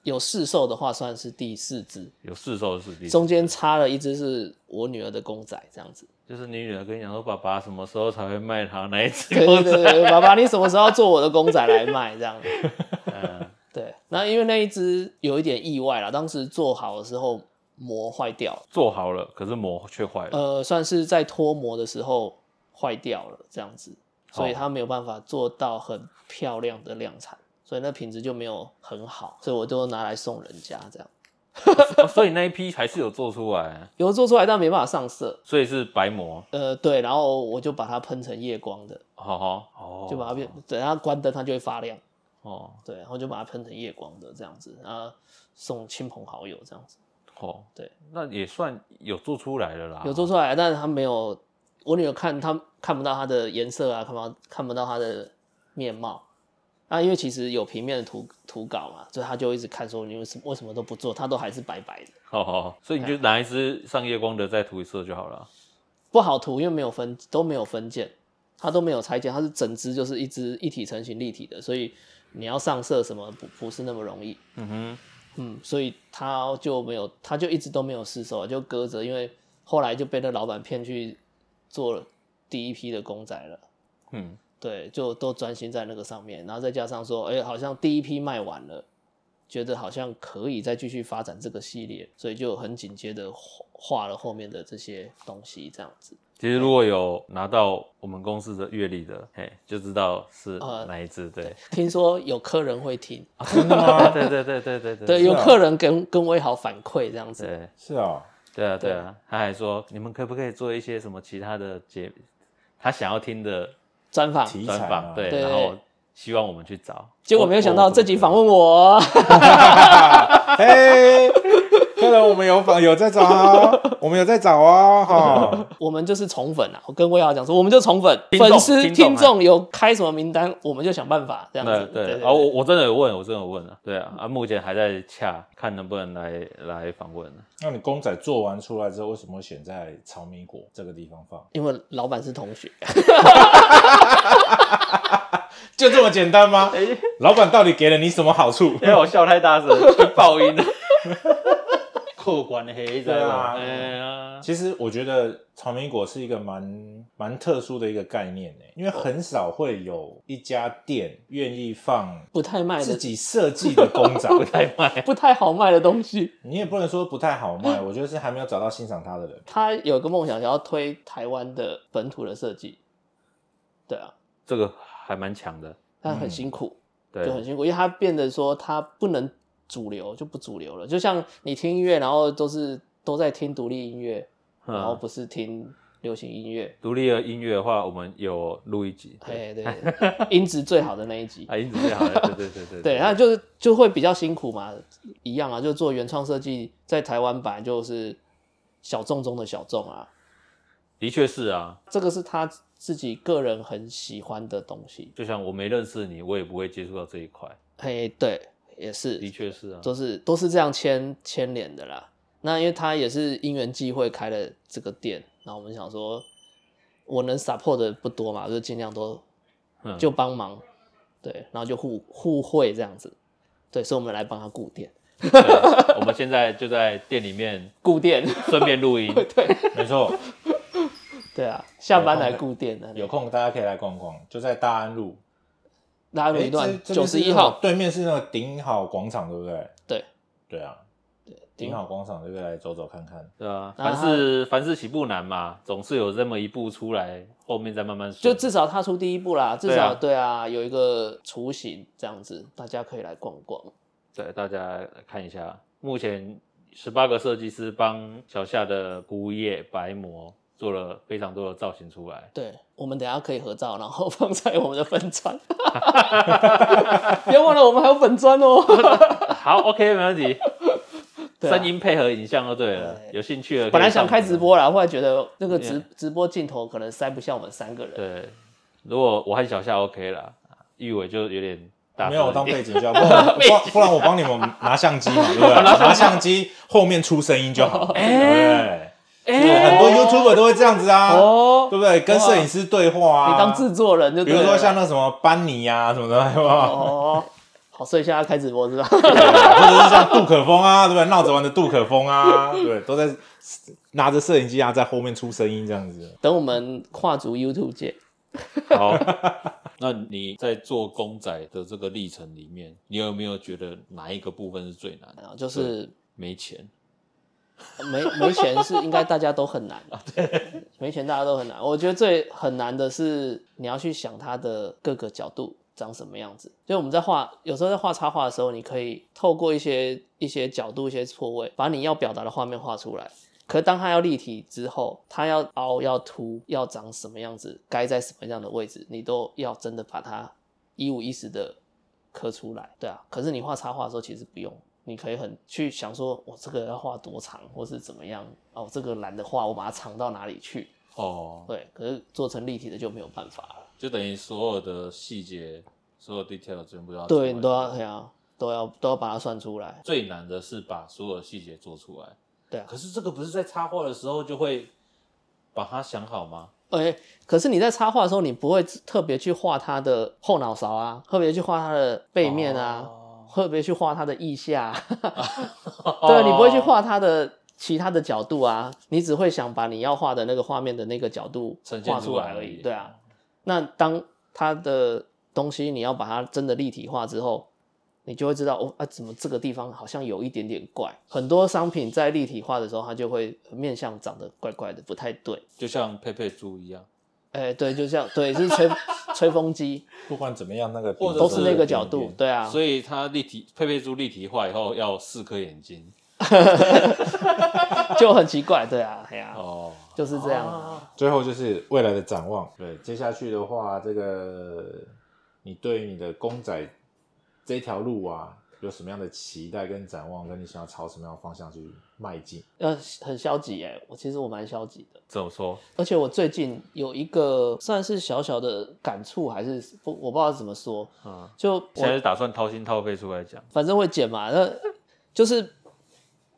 S1: 有试售的话，算是第四只，
S3: 有四兽是第四
S1: 中间插了一只是我女儿的公仔这样子。
S3: 就是你女儿跟你讲说，爸爸什么时候才会卖它那一 只
S1: 对
S3: 公
S1: 对
S3: 仔？
S1: 对对，对爸爸，你什么时候要做我的公仔来卖？这样。
S3: 嗯
S1: 对，那因为那一只有一点意外啦，当时做好的时候膜坏掉了，
S3: 做好了，可是膜却坏了。
S1: 呃，算是在脱模的时候坏掉了这样子，所以
S3: 哦
S1: 它没有办法做到很漂亮的量产，所以那品质就没有很好，所以我都拿来送人家这样。呃
S3: 哦所以那一批还是有做出来，
S1: 有做出来，但没办法上色。
S3: 所以是白膜，
S1: 呃，对，然后我就把它喷成夜光的，
S3: 好好哦，
S1: 就把它变，等它关灯它就会发亮，
S3: 哦
S1: 对，然后就把它喷成夜光的这样子，啊，送亲朋好友这样子，
S3: 哦，
S1: 对，
S3: 那也算有做出来了啦，
S1: 有做出来，但是它没有，我女儿看她看不到它的颜色啊，看不到看不到它的面貌。啊，因为其实有平面的图图稿嘛，所以她就一直看说你为什么为什么都不做，它都还是白白的，
S3: 好好，好所以
S1: 哎
S3: 你就拿一支上夜光的再涂一色就好了。
S1: 不好涂，因为没有分都没有分件，它都没有拆件，它是整只就是一只一体成型立体的，所以你要上色什么不不是那么容易。
S3: 嗯哼，
S1: 嗯，所以他就没有，他就一直都没有试售，啊就搁着，因为后来就被那老板骗去做了第一批的公仔了。
S3: 嗯，
S1: 对，就都专心在那个上面，然后再加上说，哎、好像第一批卖完了，觉得好像可以再继续发展这个系列，所以就很紧接的画了后面的这些东西，这样子。
S3: 其实如果有拿到我们公司的阅历的，嘿，就知道是
S1: 呃
S3: 哪一支。对，
S1: 听说有客人会 听，
S2: 真的吗？
S3: 对对对对对对
S1: 对，
S2: 是
S1: 有
S2: 啊
S1: 客人跟跟威豪反馈这样子。
S3: 对
S2: 是啊、
S3: 对啊对啊，他还说你们可不可以做一些什么其他的节，他想要听的
S1: 专访，
S2: 题
S3: 专
S2: 材
S3: 访，
S2: 嘛，
S3: 对，
S1: 对
S3: 然后希望我们去找。
S1: 结果没有想
S2: 哦
S1: 到这集访问我， 哦
S2: 嘿，客人我们有访有在找哦，我们有在找哦，哈，
S1: 我们就是宠粉啊！我跟魏瑶讲说，我们就宠粉，
S3: 听众
S1: 粉丝
S3: 听众哎
S1: 听众有开什么名单，我们就想办法这样
S3: 对
S1: 子。
S3: 对，
S1: 对
S3: 啊，我我真的有问，我真的有问啊，对啊，啊，目前还在洽，看能不能来来访问啊。
S2: 那你公仔做完出来之后，为什么会选在草莓果这个地方放？
S1: 因为老板是同学，
S2: 就这么简单吗？
S1: 哎
S2: 老板到底给了你什么好处？
S3: 因为哎我笑太大声，会爆音的。客观的黑在嘛，
S2: 对啊
S3: 哎呀，
S2: 其实我觉得草莓果是一个蛮蛮特殊的一个概念诶，因为很少会有一家店愿意放
S1: 不太卖
S2: 自
S1: 的，
S2: 己设计的公 仔，
S3: 太慢。
S1: 不太好卖的东西。
S2: 你也不能说不太好卖，我觉得是还没有找到欣赏它的人。
S1: 他有个梦想，想要推台湾的本土的设计。对啊，
S3: 这个还蛮强的，
S1: 但很辛苦，就很
S3: 对，
S1: 辛苦，因为他变得说他不能主流，就不主流了。就像你听音乐，然后都是都在听独立音乐，然后
S3: 嗯，
S1: 不是听流行音乐。
S3: 独立的音乐的话，我们有录一集，对，
S1: 哎，对，音质最好的那一 集。
S3: 啊，音质最好的，对对对 对
S1: 对，那就是就会比较辛苦嘛，一样啊，就做原创设计，在台湾本来就是小众中的小众啊，
S3: 的确是啊，
S1: 这个是他自己个人很喜欢的东西。
S3: 就像我没认识你，我也不会接触到这一块，
S1: 嘿，对，也
S3: 的
S1: 是，
S3: 确是啊，
S1: 都是都是这样牵牵连的啦。那因为他也是因缘际会开了这个店，然后我们想说，我能 support 的不多嘛，就尽量都
S3: 嗯
S1: 就帮忙，对，然后就互互惠这样子，对，所以我们来帮他顾店，
S3: 对我们现在就在店里面
S1: 顾店，
S3: 顺便录音，
S1: 对。
S2: 没错，
S1: 对啊，下班来固店的，
S2: 有空大家可以来逛逛，就在大安路
S1: 拉鲁
S2: 诶
S1: 一段
S2: 这这
S1: 九
S2: 边是
S1: 十一
S2: 那种
S1: 号，
S2: 对面是那个顶好广场，对不对？
S1: 对，
S2: 对啊，顶好广场这边来走走看看。
S3: 对啊，
S1: 然
S3: 凡
S1: 后
S3: 事凡事起步难嘛，总是有这么一步出来，后面再慢慢
S1: 就
S3: 顺
S1: 至少踏出第一步啦，至
S3: 对啊
S1: 少对啊，有一个雏形这样子，大家可以来逛逛。
S3: 对，大家来看一下，目前十八个设计师帮小夏的姑叶白膜做了非常多的造型出来。
S1: 对，我们等一下可以合照，然后放在我们的粉 砖。不要忘了，我们还有粉砖 哦。
S3: 好，OK，没问题。
S1: 对啊
S3: 声音配合影像就对了，
S1: 对
S3: 有兴趣的可以
S1: 本来想
S3: 上
S1: 开直播啦，后来觉得那个直
S3: Yeah
S1: 直播镜头可能塞不下我们三个人。
S3: 对，如果我和小夏 OK 啦，玉伟就有点大
S2: 没
S3: 声一点。
S2: 有，我当背景就好，不 然不然不然我帮你们拿相机嘛，对不对？拿相机后面出声音就
S1: 哦
S2: 好，对不对？
S1: 哎
S2: 有很多 YouTuber 都会这样子啊，
S1: 哦，
S2: 对不对？跟摄影师对话啊，
S1: 你当制作人就
S2: 比
S1: 对了
S2: 如说像那什么班尼啊什么的， 对吧？
S1: 哦，好，所以现在开直播是吧？
S2: 或者是像杜可风啊，对不对？闹着玩的杜可风啊，对，都在拿着摄影机啊，在后面出声音这样子。
S1: 等我们跨足 YouTube 界，
S3: 好， 那你在做公仔的这个历程里面，你有没有觉得哪一个部分是最难的？
S1: 然后就是
S3: 没钱，
S1: 没没钱是应该大家都很难， 没钱大家都很难。我觉得最很难的是你要去想它的各个角度长什么样子。就我们在画，有时候在画插画的时候，你可以透过一些一些角度、一些错位，把你要表达的画面画出来。可是当它要立体之后，它要凹、要凸、要长什么样子，该在什么样的位置，你都要真的把它一五一十的刻出来，对啊。可是你画插画的时候，其实不用，你可以很去想说，我这个要画多长，或是怎么样哦，这个懒得画，我把它藏到哪里去？
S3: 哦，
S1: 对，可是做成立体的就没有办法了，
S3: 就等于所有的细节、所有 detail 全部都要
S1: 对你都
S3: 出
S1: 要
S3: 来
S1: 对啊，都要都要把它算出来，
S3: 最难的是把所有的细节做出来。
S1: 对啊
S3: 可。是这个不是在插画的时候就会把它想好吗？
S1: 哎、可是你在插画的时候，你不会特别去画它的后脑勺啊，特别去画它的背面啊，
S3: 哦
S1: 特别去画它的腋下、 啊，对你不会去画它的其他的角度啊，你只会想把你要画的那个画面的那个角度
S3: 呈现
S1: 画
S3: 出
S1: 来
S3: 来
S1: 而
S3: 而
S1: 已。
S3: 已
S1: 对啊，那当它的东西你要把它真的立体化之后，你就会知道哦啊，怎么这个地方好像有一点点怪。很多商品在立体化的时候，它就会面相长得怪怪的，不太对。
S3: 就像佩佩猪一样，
S1: 哎、对，就像对，是吹吹风 机，
S2: 不管怎么样，那个
S3: 或者
S1: 都是那个角
S2: 顶
S1: 度
S2: 点，
S1: 对啊，
S3: 所以它立体佩佩猪立体化以后要四颗眼睛
S1: 就很奇怪，对啊，哎呀、
S3: 哦，
S1: 就是这样。
S2: 最后就是未来的展望。对，接下去的话，这个你对于你的公仔这条路啊，有什么样的期待跟展望，跟你想要朝什么样的方向去迈进？
S1: 呃，很消极哎、我其实我蛮消极的，
S3: 怎么说？
S1: 而且我最近有一个算是小小的感触，还是不我不知道怎么说，
S3: 嗯，
S1: 就
S3: 现在
S1: 我
S3: 是打算掏心掏肺出来讲，
S1: 反正会剪嘛，那就是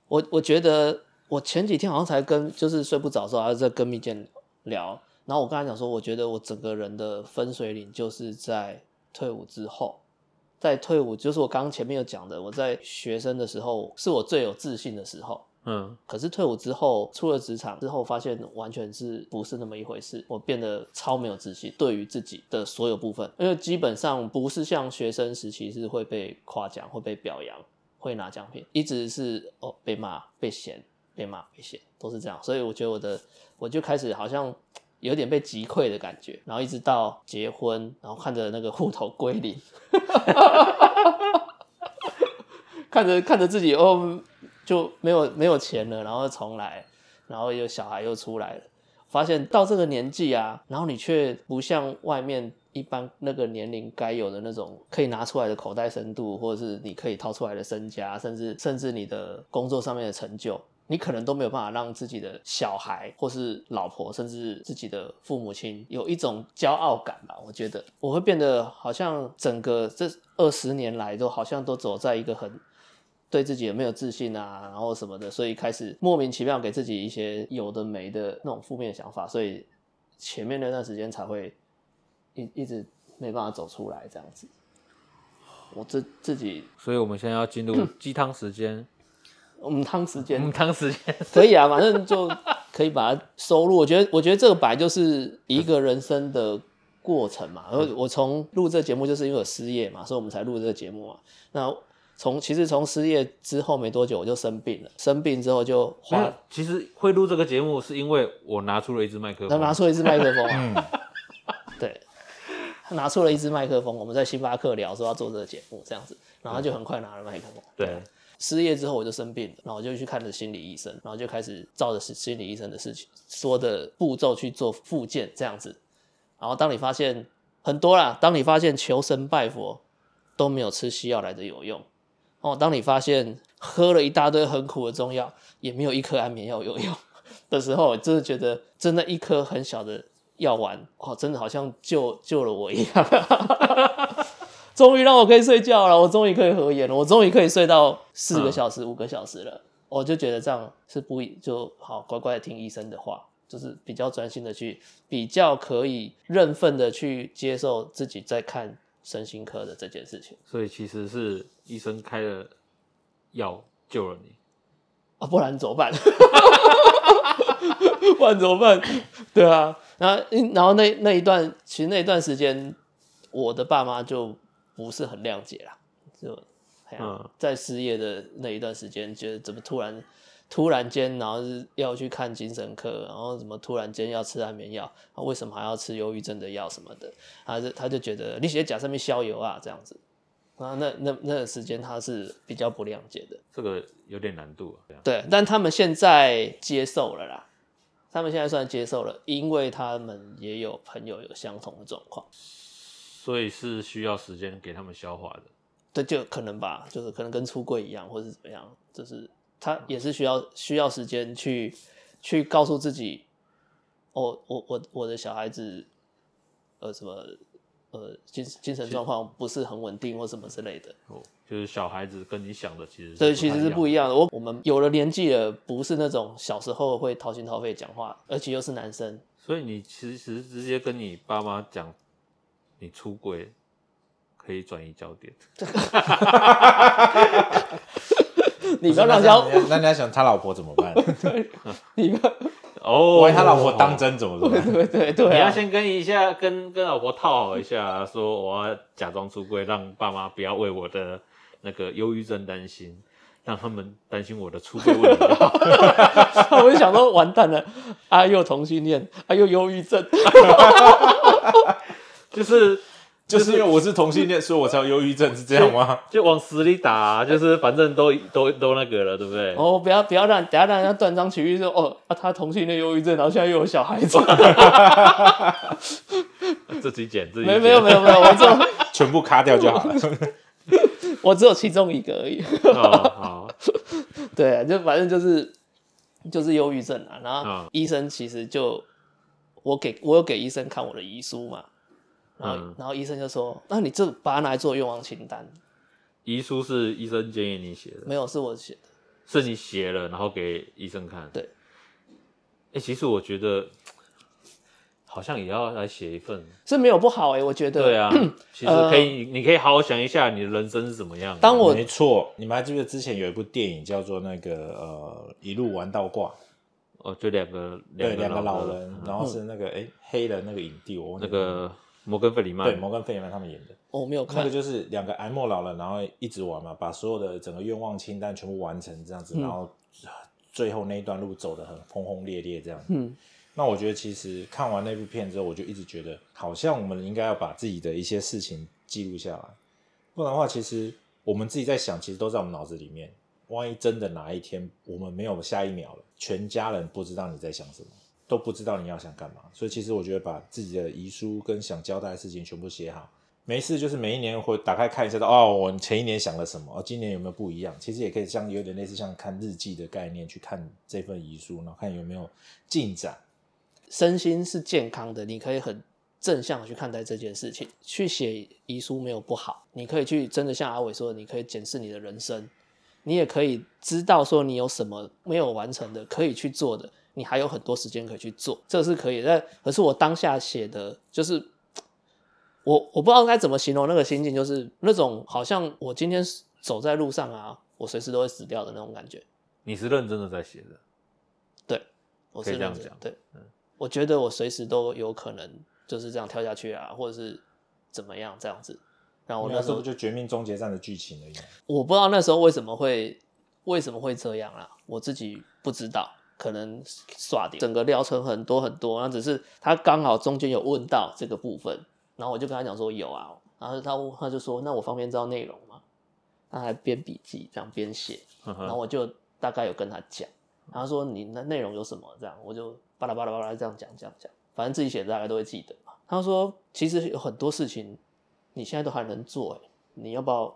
S1: 我我觉得我前几天好像才跟就是睡不着的时候，还是在跟蜜健聊，然后我跟他讲说，我觉得我整个人的分水岭就是在退伍之后。在退伍，就是我刚刚前面有讲的，我在学生的时候是我最有自信的时候，
S3: 嗯，
S1: 可是退伍之后，出了职场之后，发现完全是不是那么一回事。我变得超没有自信，对于自己的所有部分，因为基本上不是像学生时期是会被夸奖、会被表扬、会拿奖品，一直是哦被骂、被嫌、被骂、被嫌，都是这样。所以我觉得我的我就开始好像。有点被击溃的感觉，然后一直到结婚，然后看着那个户头归零，看着看着自己哦，就没有没有钱了，然后重来，然后有小孩又出来了，发现到这个年纪啊，然后你却不像外面一般那个年龄该有的那种可以拿出来的口袋深度，或者是你可以掏出来的身家，甚至甚至你的工作上面的成就。你可能都没有办法让自己的小孩，或是老婆，甚至自己的父母亲有一种骄傲感吧。我觉得我会变得好像整个这二十年来都好像都走在一个很对自己也没有自信啊，然后什么的，所以开始莫名其妙给自己一些有的没的那种负面想法，所以前面那段时间才会一一直没办法走出来这样子。我自自己，
S3: 所以我们现在要进入
S1: 嗯
S3: 鸡汤时间，
S1: 我们汤时
S3: 我
S1: 间
S3: 们汤时间，
S1: 可以啊，反正就可以把它收录。我觉得，我觉得这个本来就是一个人生的过程嘛。然后我从录这节目，就是因为我失业嘛，所以我们才录这个节目嘛。那从其实从失业之后没多久，我就生病了。生病之后就
S3: 没
S1: 花
S3: 有，其实会录这个节目是因为我拿出了一支麦克
S1: 能
S3: 风，
S1: 拿出一支麦克风、啊， 对，他拿出了一支麦克风。我们在星巴克聊说要做这个节目这样子，然后他就很快拿了麦克风。
S3: 对，
S1: 失业之后我就生病了，然后我就去看了心理医生，然后就开始照着心理医生的事情说的步骤去做复健这样子。然后当你发现很多啦，当你发现求神拜佛都没有吃西药来的有用哦，当你发现喝了一大堆很苦的中药也没有一颗安眠药有用的时候，真的觉得真的一颗很小的药丸哦，真的好像救救了我一样。 终于让我可以睡觉了，我终于可以合眼了，我终于可以睡到四个小时、五、个小时了。我就觉得这样是不一就好，乖乖的听医生的话，就是比较专心的去，比较可以认份的去接受自己在看身心科的这件事情
S3: 所以其实是医生开了药救了你。
S1: 啊，不然怎么办？ 不然怎么办？对啊，然后然后那那一段，其实那一段时间，我的爸妈就不是很谅解啦，就、哎呀
S3: 嗯
S1: 在失业的那一段时间，觉得怎么突然突然间，然后是要去看精神科，然后怎么突然间要吃安眠药，啊，为什么还要吃忧郁症的药什么的？他就他就觉得你写假上面逍遥啊这样子，啊，那那那个时间他是比较不谅解的，
S3: 这个有点难度啊。这样
S1: 对，但他们现在接受了啦，他们现在算接受了，因为他们也有朋友有相同的状况。
S3: 所以是需要时间给他们消化的。
S1: 对，就可能吧，就是可能跟出柜一样，或是怎么样，就是他也是需要需要时间去去告诉自己，哦，我我我的小孩子，呃，什么呃精精神状况不是很稳定或什么之类的，
S3: 哦，就是小孩子跟你想的其实是
S1: 对，
S3: 不太
S1: 其实是不
S3: 一
S1: 一
S3: 样
S1: 样的。我我们有了年纪了，不是那种小时候会掏心掏肺讲话，而且又是男生，
S3: 的。所以你其实直接跟你爸妈讲你出轨，可以转移焦点。
S1: 你不要让人
S3: 啊
S1: 家，
S2: 那你那你要想他老婆怎么 办？
S1: 你不要
S3: 哦，
S2: 万一他老婆当真怎么办？
S1: 对对对、啊，
S3: 你要先跟一下，跟跟老婆套好一下啊、说我要假装出柜，让爸妈不要为我的那个忧郁症担心，让他们担心我的出柜问题。
S1: 我就想说，完蛋了，啊，又同性恋，啊，又忧郁症，
S3: 就是
S2: 就是因为我是同性恋，所以我才有忧郁症，是这样 吗？
S3: 就往死里打啊、就是反正都都都那个了，对不对？
S1: 哦，不要不要让，等下让人家断章取义说，哦，啊，他同性恋忧郁症，然后现在又有小孩 子，
S3: 自己剪自己
S1: 没
S3: 剪。
S1: 没有没有没有，我只有
S2: 全部卡掉就好了。
S1: 我只有其中一个而已，
S3: 哦好，
S1: 对啊，就反正就是就是忧郁症啊，然后
S3: 嗯
S1: 医生其实就我给我有给医生看我的遗书嘛，然后、
S3: 嗯
S1: 然后医生就说，那你这把它拿来做愿望清单，
S3: 遗书是医生建议你写的，
S1: 没有是我写的，
S3: 是你写了然后给医生看。
S1: 对。
S3: 哎、其实我觉得好像也要来写一份。
S1: 是没有不好哎、我觉得，
S3: 对啊， 其实可以，你可以好好想一下你的人生是怎么样的。
S1: 呃当我
S2: 没错，你们还记不记得之前有一部电影叫做那个呃一路玩到挂？
S3: 哦，就两个
S2: 对，两个
S3: 个
S2: 老
S3: 人，嗯
S2: 人，然后是那个哎、黑人那个影帝，我忘记
S3: 那个摩根费里曼
S2: 对，摩根费里曼他们演的，
S1: 哦我没有
S2: 那
S1: 看
S2: 个，就是两个癌末老人，然后一直玩嘛，把所有的整个愿望清单全部完成这样
S3: 嗯
S2: 子，然后最后那一段路走得很轰轰烈烈这样。
S1: 嗯，
S2: 那我觉得其实看完那部片之后，我就一直觉得，好像我们应该要把自己的一些事情记录下来，不然的话，其实我们自己在想，其实都在我们脑子里面。万一真的哪一天我们没有下一秒了，全家人不知道你在想什么，都不知道你要想干嘛。所以其实我觉得把自己的遗书跟想交代的事情全部写好，没事就是每一年会打开看一下说，哦，我前一年想了什么，哦，今年有没有不一样？其实也可以像有点类似像看日记的概念去看这份遗书，然后看有没有进展。
S1: 身心是健康的，你可以很正向地去看待这件事情。去写遗书没有不好，你可以去真的像阿伟说的，你可以检视你的人生，你也可以知道说你有什么没有完成的，可以去做的，你还有很多时间可以去做，这是可以。但可是我当下写的就是。我我不知道该怎么形容那个心境，就是那种好像我今天走在路上啊，我随时都会死掉的那种感觉。
S3: 你是认真的在写的，
S1: 我
S3: 可
S1: 是
S3: 以这
S1: 认
S3: 样
S1: 真
S3: 讲嗯
S1: 对，我觉得我随时都有可能就是这样跳下去啊，或者是怎么样这样子。然后我
S2: 我
S1: 那
S2: 哦那
S1: 时
S2: 时候
S1: 候
S2: 不就《绝命终结战》的剧情而已吗。
S1: 我不知道那时候为什么会为什么会这样啦，我自己不知道，可能耍点整个疗程很多很多，那只是他刚好中间有问到这个部分，然后我就跟他讲说有啊，然后他问他就说那我方便知道内容吗？他还编笔记这样边写，
S3: 呵
S1: 然后
S3: 呵
S1: 我就大概有跟他讲，然后他说你那内容有什么这样，我就巴拉巴拉巴拉这样讲这样讲，反正自己写的大概都会记得嘛。他说其实有很多事情你现在都还能做、欸，你要不要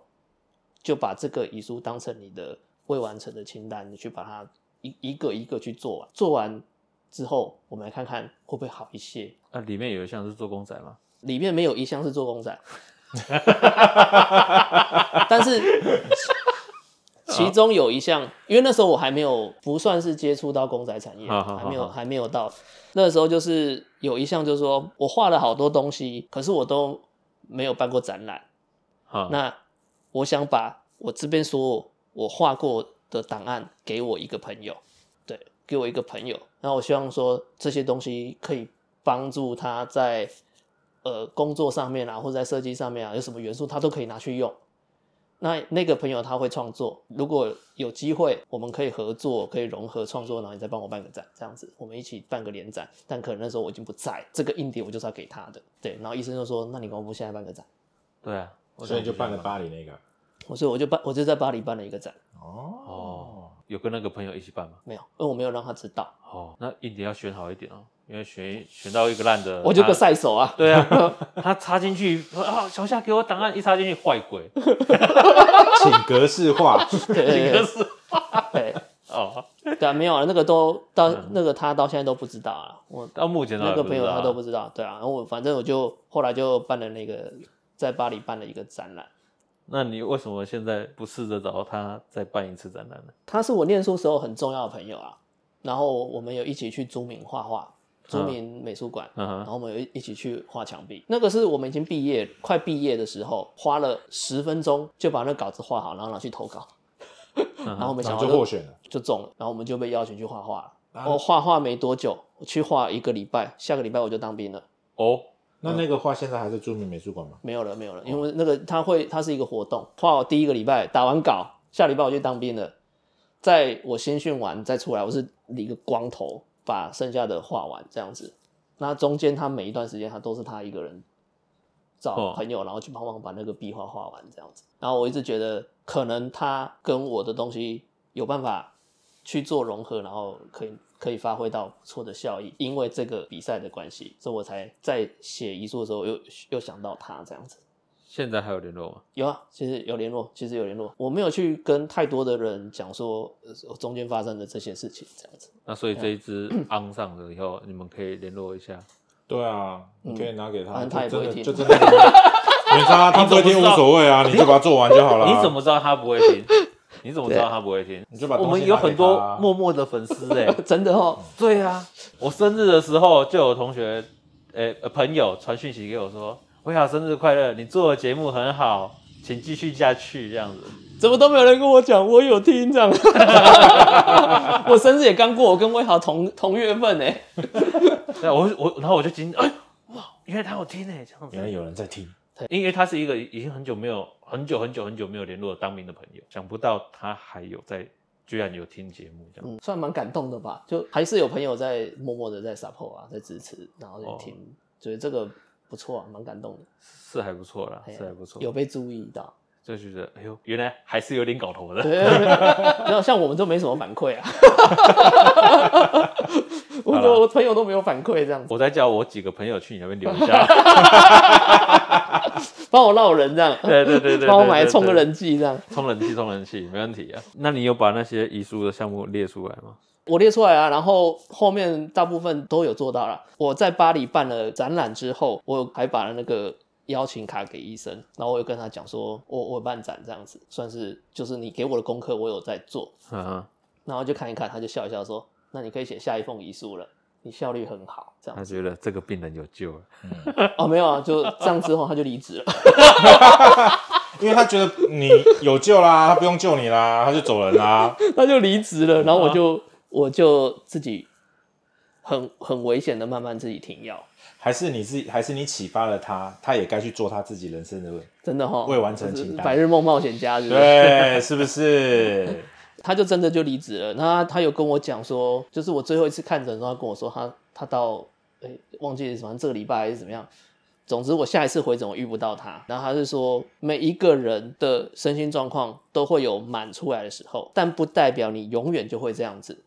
S1: 就把这个遗书当成你的未完成的清单，你去把它一一个一个去做完，做完之后我们来看看会不会好一些。
S3: 啊，里面有一项是做公仔吗？
S1: 里面没有一项是做 公仔，但是其中有一项，因为那时候我还没有不算是接触到公仔产业，
S3: 好好好
S1: 还没有
S3: 好
S1: 还没有到那时候，就是有一项就是说我画了好多东西，可是我都没有办过展览。
S3: 哈，
S1: 那我想把我这边所我画过的档案给我一个朋友，对，给我一个朋友。那我希望说这些东西可以帮助他在呃工作上面啊，或者在设计上面啊，有什么元素他都可以拿去用。那那个朋友他会创作，如果有机会，我们可以合作，可以融合创作，然后你再帮我办个展，这样子，我们一起办个联展。但可能那时候我已经不在，这个硬碟我就是要给他的，对。然后医生就说，那你公布现在办个展，
S3: 对啊，我
S2: 所以就
S3: 想
S2: 办了巴黎那个。
S1: 我所以我就办，我就在巴黎办了一个展，
S2: 哦
S3: 哦，有跟那个朋友一起办吗？
S1: 没有，因为我没有让他知道，
S3: 哦，那硬碟要选好一点哦，因为选选到一个烂的，
S1: 我就
S3: 他
S1: 个赛手 啊，
S3: 对啊，他插进去啊，小夏给我档案，一插进去，坏鬼，
S2: 请格式 化，
S1: 对对对
S3: 可是
S1: 对
S3: 哦，
S1: 对啊，没有啊，那个都到那个他到现在嗯都不知道啊，我
S3: 到目前都还
S1: 那个朋友他都
S3: 不
S1: 不知道，对啊，然后我反正我就后来就办了那个在巴黎办了一个展览，
S3: 知道。那你为什么现在不试着找他再办一次展览呢？
S1: 他是我念书时候很重要的朋友啊，然后我们有一起去朱明画画，朱明美术馆，
S3: 嗯
S1: 然
S3: 哼，
S1: 后我们有一一起去画墙壁，那个是我们已经毕业快毕业的时候，花了十分钟就把那稿子画好，然后拿去投稿，
S3: 然
S1: 然后我们
S2: 嗯然
S1: 想
S2: 后
S1: 到
S2: 就获选了。
S1: 就中了，然后我们就被邀请去画画了。
S2: 啊
S1: 我画画没多久，我去画一个礼拜，下个礼拜我就当兵了，
S3: 哦，
S2: 那那个画现在还是著名美术馆吗？
S1: 没有了，没有了，因为那个它会，它是一个活动，画我第一个礼拜打完稿，下礼拜我就当兵了，在我先训完再出来，我是理个光头，把剩下的画完这样子。那中间他每一段时间，他都是他一个人找
S3: 哦
S1: 朋友，然后去帮忙把那个壁画画完这样子。然后我一直觉得，可能他跟我的东西有办法去做融合，然后可以可以发挥到不错的效益，因为这个比赛的关系，所以我才在写遗书的时候又又想到他这样子。
S3: 现在还有联络吗？
S1: 有啊，其实有联络，其实有联络。我没有去跟太多的人讲说呃中间发生的这些事情，这样子。
S3: 那所以这一支 昂上了以后，你们可以联络一下。
S2: 对啊，你可以拿给他，
S1: 反正他也
S2: 就真
S1: 不
S2: 的
S1: 会
S2: 就
S1: 听
S2: 真的没差，啊他不会听无所谓啊，你就把它做完就好了。
S3: 你怎？么知道他不会听？你怎么知
S1: 啊
S3: 道他不会听？
S2: 你就把
S3: 我
S2: 东西
S3: 们
S2: 拿
S3: 有
S2: 给
S3: 很
S2: 他
S3: 多
S2: 啊
S3: 默默的粉丝哎，
S1: 真的哦，
S3: 对啊，我生日的时候就有同学，呃、呃朋友传讯息给我说：“薇娅生日快乐，你做的节目很好，请继续下去。”这样子，
S1: 怎么都没有人跟我讲，我有听这样。 我生日也刚过，我跟威豪同同月份哎、
S3: 对啊，我我然后我就惊，哎、哇，原来他有听哎，这样
S2: 原来
S3: 子，
S2: 有人在听，
S3: 因为他是一个已经很久没有、很久很久很久没有联络的当兵的朋友，想不到他还有在，居然有听节目这样。
S1: 嗯，算蛮感动的吧。就还是有朋友在默默的在 support 啊，在支持，然后就听，觉得这个不错啊，蛮感动的。
S3: 是还不错啦，
S1: 哎呀
S3: 是还不错，
S1: 有被注意到。
S3: 就觉得哎呦，原来还是有点搞头的。
S1: 对，然后像我们都没什么反馈 啊，我
S3: 好啦
S1: 我朋友都没有反馈这样子，
S3: 我再叫我几个朋友去你那边留一下，
S1: 帮我绕人这 样，
S3: 对对对对对，
S1: 帮我买充个
S3: 人。
S1: 人气这样。
S3: 充人气，充人气，没问题啊。那你有把那些遗书的项目列出来吗？
S1: 我列出来啊，然后后面大部分都有做到了。我在巴黎办了展览之后，我还把那个邀请卡给医生，然后我有跟他讲说，我我办展这样子，算是就是你给我的功课我有在做，
S3: 嗯哼，
S1: 然后就看一看，他就笑一笑说，那你可以写下一封遗书了，你效率很好这样
S3: 他
S1: 子。
S3: 觉得这个病人有救了。
S2: 嗯
S1: 哦，没有啊，就这样之后他就离职了。
S2: 因为他觉得你有救啦，他不用救你啦，他就走人啦。
S1: 他就离职了，然后我就、
S2: 嗯
S1: 我就自己很很危险的慢慢自己停药，
S2: 还是你自己，还是你启发了他，他也该去做他自己人生的问。
S1: 真的哈，
S2: 未完成
S1: 就
S2: 清单
S1: 是百日梦冒险家是不是？
S2: 对，是不 是？
S1: 他就真的就离职了。那他有跟我讲说，就是我最后一次看诊的时候，他跟我说他他到哎、忘记什么这个礼拜还是怎么样。总之，我下一次回诊我遇不到他，然后他是说，每一个人的身心状况都会有满出来的时候，但不代表你永远就会这样子。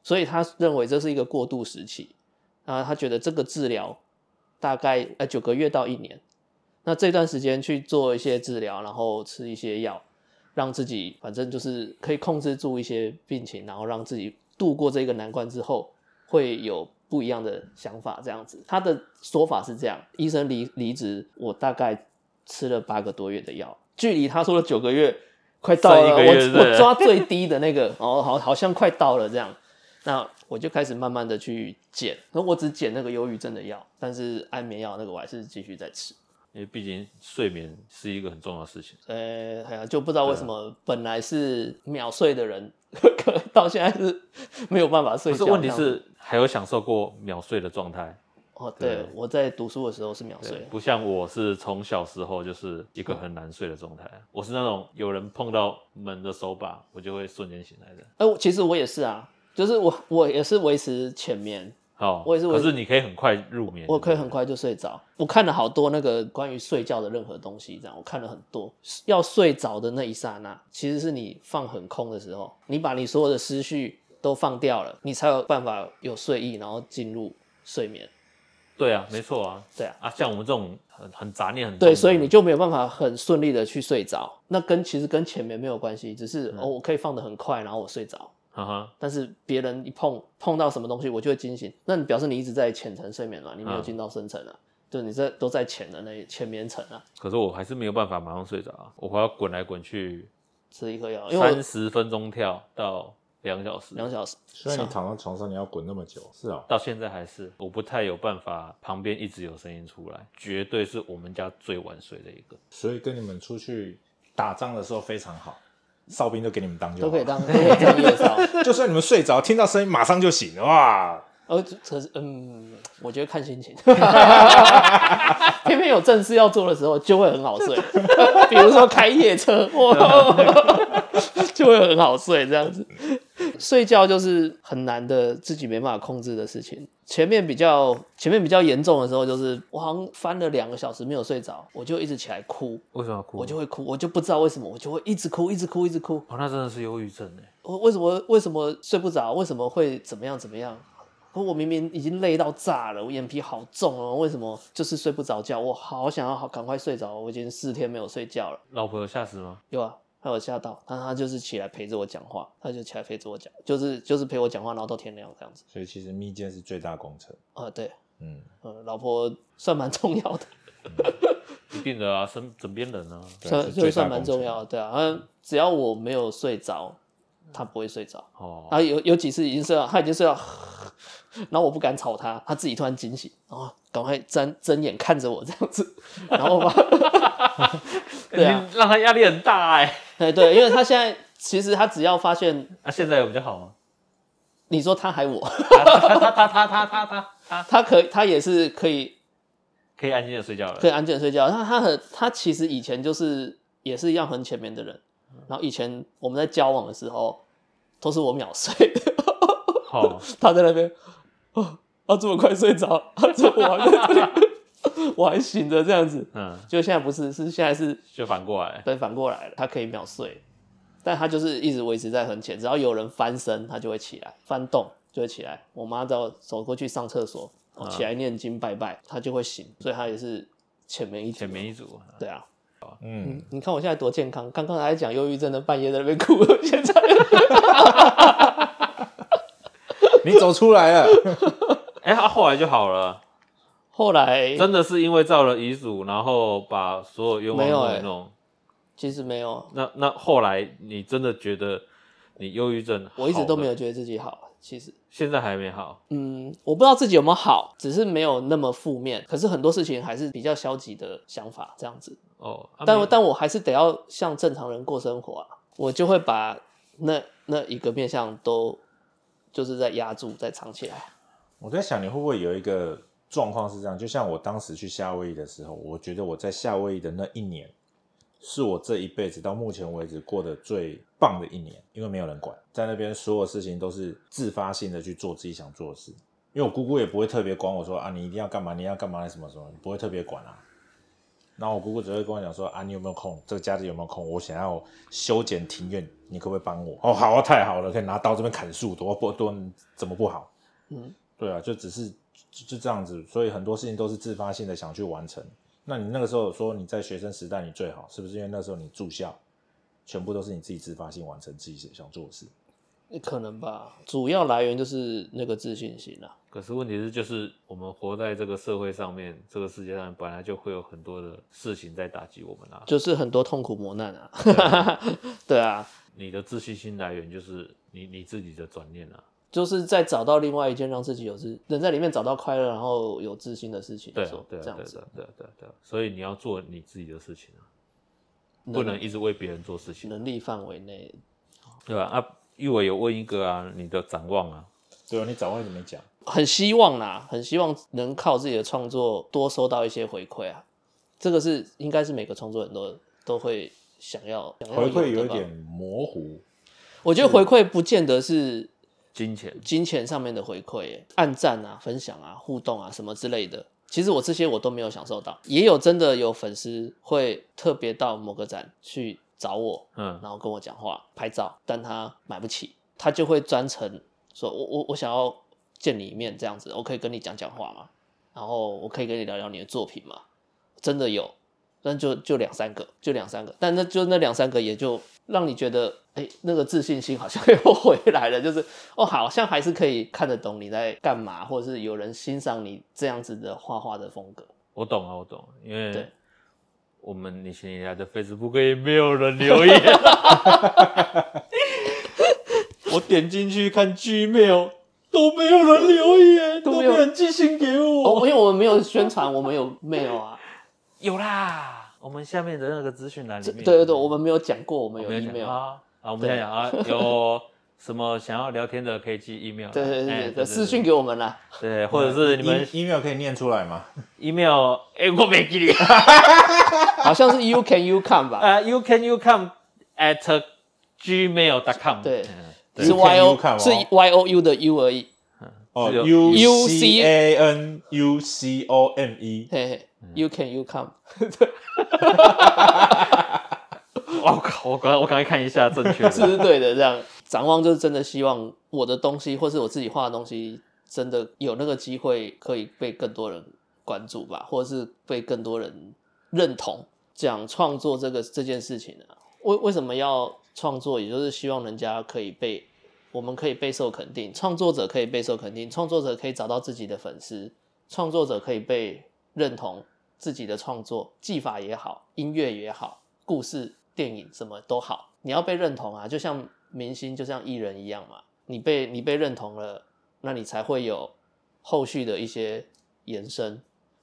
S1: 所以他认为这是一个过渡时期，啊，他觉得这个治疗大概呃九个月到一年，那这段时间去做一些治疗，然后吃一些药，让自己反正就是可以控制住一些病情，然后让自己度过这个难关之后，会有不一样的想法。这样子，他的说法是这样：医生离离职，我大概吃了八个多月的药，距离他说的九个月快到
S3: 剩一
S1: 了，我
S3: 个月是不是
S1: 我抓最低的那个，哦，好，好像快到了这样。那我就开始慢慢的去减，可我只减那个忧郁症的药，但是安眠药那个我还是继续在吃。
S3: 因为毕竟睡眠是一个很重要的事情，
S1: 呃，哎呀，就不知道
S3: 啊
S1: 为什么本来是秒睡的人， 可到现在是没有办法睡
S3: 可
S1: 觉。
S3: 是问题
S1: 这样子，
S3: 是还有享受过秒睡的状态，
S1: 哦，对
S3: 对，
S1: 我在读书的时候是秒睡，
S3: 不像我是从小时候就是一个很难睡的状态，我是那种有人碰到门的手把，我就会瞬间醒来的。
S1: 哎、我其实我也是啊，就是我我也是维持浅眠，
S3: 好，
S1: 我也是我
S3: 可是你可以很快入眠，
S1: 我可以很快就睡着。我看了好多那个关于睡觉的任何东西，这样我看了很多。要睡着的那一刹那，其实是你放很空的时候，你把你所有的思绪都放掉了，你才有办法有睡意，然后进入睡眠。
S3: 对啊，没错啊，
S1: 对啊，
S3: 啊，像我们这种很很杂念很重的
S1: 对，
S3: 人
S1: 所以你就没有办法很顺利的去睡着。那跟其实跟前面没有关系，只是、
S3: 嗯
S1: 哦，我可以放得很快，然后我睡着。
S3: 哈哈，
S1: 但是别人一碰碰到什么东西，我就会惊醒。那你表示你一直在浅层睡眠嘛？你没有
S3: 嗯
S1: 进到深层啊，就你在都在浅的那浅眠层啊，
S3: 可是我还是没有办法马上睡着啊，我还要滚来滚去，
S1: 吃一颗药，因为
S3: 三
S1: 我
S3: 十分钟跳到两小时，
S1: 两小时，
S2: 虽然你躺到床上你要滚那么久，是哦，
S3: 到现在还是我不太有办法，旁边一直有声音出来，绝对是我们家最晚睡的一个。
S2: 所以跟你们出去打仗的时候非常好，哨兵都给你们当就好
S1: 都
S3: 啊
S1: 可以当都可以当夜少。
S2: 就算你们睡着，听到声音马上就醒，哇！
S1: 呃，可是嗯，我觉得看心情， 偏偏有正事要做的时候就会很好睡， 比如说开夜车，哇，就会很好睡这样子。睡觉就是很难的，自己没办法控制的事情。前面比较前面比较严重的时候，就是我好像翻了两个小时没有睡着，我就一直起来哭，
S3: 为什么要哭？
S1: 我就会哭，我就不知道为什么，我就会一直哭，一直哭，一直哭。
S3: 哦，那真的是忧郁症哎。
S1: 我为什么为什么睡不着？为什么会怎么样怎么样？可我明明已经累到炸了，我眼皮好重哦，为什么就是睡不着觉？我好想要好赶快睡着，哦我已经四天没有睡觉了。
S3: 老婆有吓死吗？
S1: 有啊，他有吓到，但他就是起来陪着我讲话，他就起来陪着我讲，就是就是陪我讲话，然后到天亮这样子。
S2: 所以其实密件是最大工程。
S1: 啊、对，
S2: 嗯，
S1: 呃，老婆算蛮重要的，
S3: 一定的啊，身枕边人啊。
S2: 对
S1: 算
S2: 是
S1: 就
S2: 最
S1: 算
S2: 大
S1: 蛮
S2: 工
S1: 重
S2: 程。
S1: 要的，对啊。嗯，只要我没有睡着，他不会睡着。
S3: 哦，
S1: 然后有有几次已经睡到，他已经睡到， 然后我不敢吵他，他自己突然惊醒，然后赶快睁睁眼看着我这样子， 然后把，对啊，
S3: 你让他压力很大哎。
S1: 哎对，因为他现在其实他只要发现
S3: 那啊现在有比较好吗？
S1: 你说他还我，
S3: 他他他他他他他他
S1: 他可以他也是可以
S3: 可以安静的睡觉了。
S1: 可以安静的睡觉，他他很他其实以前就是也是一样很浅眠的人，然后以前我们在交往的时候都是我秒睡，
S3: 好，
S1: 他在那边，啊啊这么快睡着，啊怎么我还在这里， 我还醒着这样子。
S3: 嗯，
S1: 就现在不是，是现在是
S3: 就反过来。
S1: 对反过来了，他可以秒睡，但他就是一直维持在很浅，只要有人翻身，他就会起来，翻动就会起来。我妈只要走过去上厕所，哦起来念经拜拜，他就会醒，所以他也是浅眠一族
S3: 前面一组，
S1: 对啊，
S2: 嗯，
S1: 你看我现在多健康，刚刚还讲忧郁症的，半夜在那边哭，现在
S2: 你走出来了，
S3: 哎、他后来就好了，
S1: 后来
S3: 真的是因为造了遗嘱，然后把所有冤枉
S1: 没有
S3: 弄
S1: 哎
S3: 一弄。
S1: 其实没有，
S3: 那那后来你真的觉得你忧郁症好了？
S1: 我一直都没有觉得自己好，其实。
S3: 现在还没好。
S1: 嗯，我不知道自己有没有好，只是没有那么负面。可是很多事情还是比较消极的想法这样子。
S3: 哦，啊
S1: 但
S3: 没
S1: 我但我还是得要像正常人过生活啊，我就会把那那一个面向都就是在压住，再藏起来。
S2: 我在想你会不会有一个状况是这样？就像我当时去夏威夷的时候，我觉得我在夏威夷的那一年，是我这一辈子到目前为止过得最棒的一年，因为没有人管，在那边所有事情都是自发性的去做自己想做的事。因为我姑姑也不会特别管我说啊，你一定要干嘛，你要干嘛，什么什么，不会特别管啊。然后我姑姑只会跟我讲说啊，你有没有空？这个家里有没有空？我想要修剪庭院，你可不可以帮我？哦，好啊，太好了，可以拿刀这边砍树，多不多怎么不好？
S1: 嗯，
S2: 对啊，就只是就就这样子，所以很多事情都是自发性的想去完成。那你那个时候说你在学生时代你最好，是不是因为那时候你住校，全部都是你自己自发性完成自己想做的事？
S1: 可能吧，主要来源就是那个自信心啊。
S3: 可是问题是，就是我们活在这个社会上面，这个世界上本来就会有很多的事情在打击我们啊。
S1: 就是很多痛苦磨难啊。 对啊，
S3: 你的自信心来源就是你你自己的转念啊。
S1: 就是在找到另外一件让自己有自能在里面找到快乐，然后有自信的事情
S3: 对
S1: 做，
S3: 啊，对啊，
S1: 这
S3: 对啊
S1: 样子
S3: 对。啊对啊，对啊，对啊。所以你要做你自己的事情啊，
S1: 能
S3: 不能一直为别人做事情，啊
S1: 能力范围内，
S3: 对吧、啊？啊，玉伟有问一个啊，你的展望啊，
S2: 对啊，你早一直没讲，
S1: 很希望啦，很希望能靠自己的创作多收到一些回馈啊。这个是应该是每个创作人都都会想要想要
S2: 回馈
S1: 有
S2: 有
S1: 的
S2: 一
S1: 吧
S2: 点，模糊，
S1: 我觉得回馈不见得是
S3: 金钱
S1: 金钱上面的回馈耶，按赞啊、分享啊、互动啊什么之类的。其实我这些我都没有享受到，也有真的有粉丝会特别到某个展去找我，
S3: 嗯
S1: 然后跟我讲话、拍照，但他买不起，他就会专程说：“我我我想要见你一面，这样子，我可以跟你讲讲话吗？然后我可以跟你聊聊你的作品吗？”真的有，但就就两三个，就两三个，但那就那两三个也就让你觉得，哎、那个自信心好像又回来了，就是哦，好像还是可以看得懂你在干嘛，或者是有人欣赏你这样子的画画的风格。
S3: 我懂啊，我懂，因为
S1: 对
S3: 我们你前几天的 Facebook 也没有人留言， 我点进去看 Gmail 都没有人留言，
S1: 都
S3: 都
S1: 没
S3: 没
S1: 有
S3: 有人寄信给
S1: 哦，
S3: 我。
S1: 因为我们没有宣传，我们有 mail 啊，
S3: 有啦，我们下面的那个资讯栏里
S1: 这
S3: 面
S1: 对
S3: 有，
S1: 对对，我们没有讲过，我
S3: 我
S1: 们有
S3: 们有
S1: email
S3: 讲。啊啊，我们想想啊，有什么想要聊天的可以寄 email，
S1: 对对
S3: 哎
S1: 对对，私讯给我们啦。
S3: 对，或者是你们
S2: E- email 可以念出来 吗？
S3: email，哎，我没给你。
S1: 好像是 You Can You Come 吧，
S3: 呃、y o u can you come at gmail.com
S1: 对
S3: 嗯
S2: 对
S1: 是
S2: You Can
S1: Y
S2: You
S1: O
S2: Come 哦
S1: 是 Y O U 的 U 而已。
S2: 哦
S3: 只有
S2: ，U
S1: U
S2: C A N U C O M E，
S1: 嘿嘿，You Can You Come，
S3: 哇我靠，我刚我赶快看一下正确
S1: 这
S3: 的。
S1: 是对的。这样展望就是真的希望我的东西或是我自己画的东西，真的有那个机会可以被更多人关注吧，或者是被更多人认同。讲创作这个这件事情啊，为为什么要创作？也就是希望人家可以被我们可以备受肯定，创作者可以备受肯定，创作者可以找到自己的粉丝，创作者可以被认同自己的创作技法也好，音乐也好，故事、电影什么都好，你要被认同啊，就像明星，就像艺人一样嘛，你被你被认同了，那你才会有后续的一些延伸，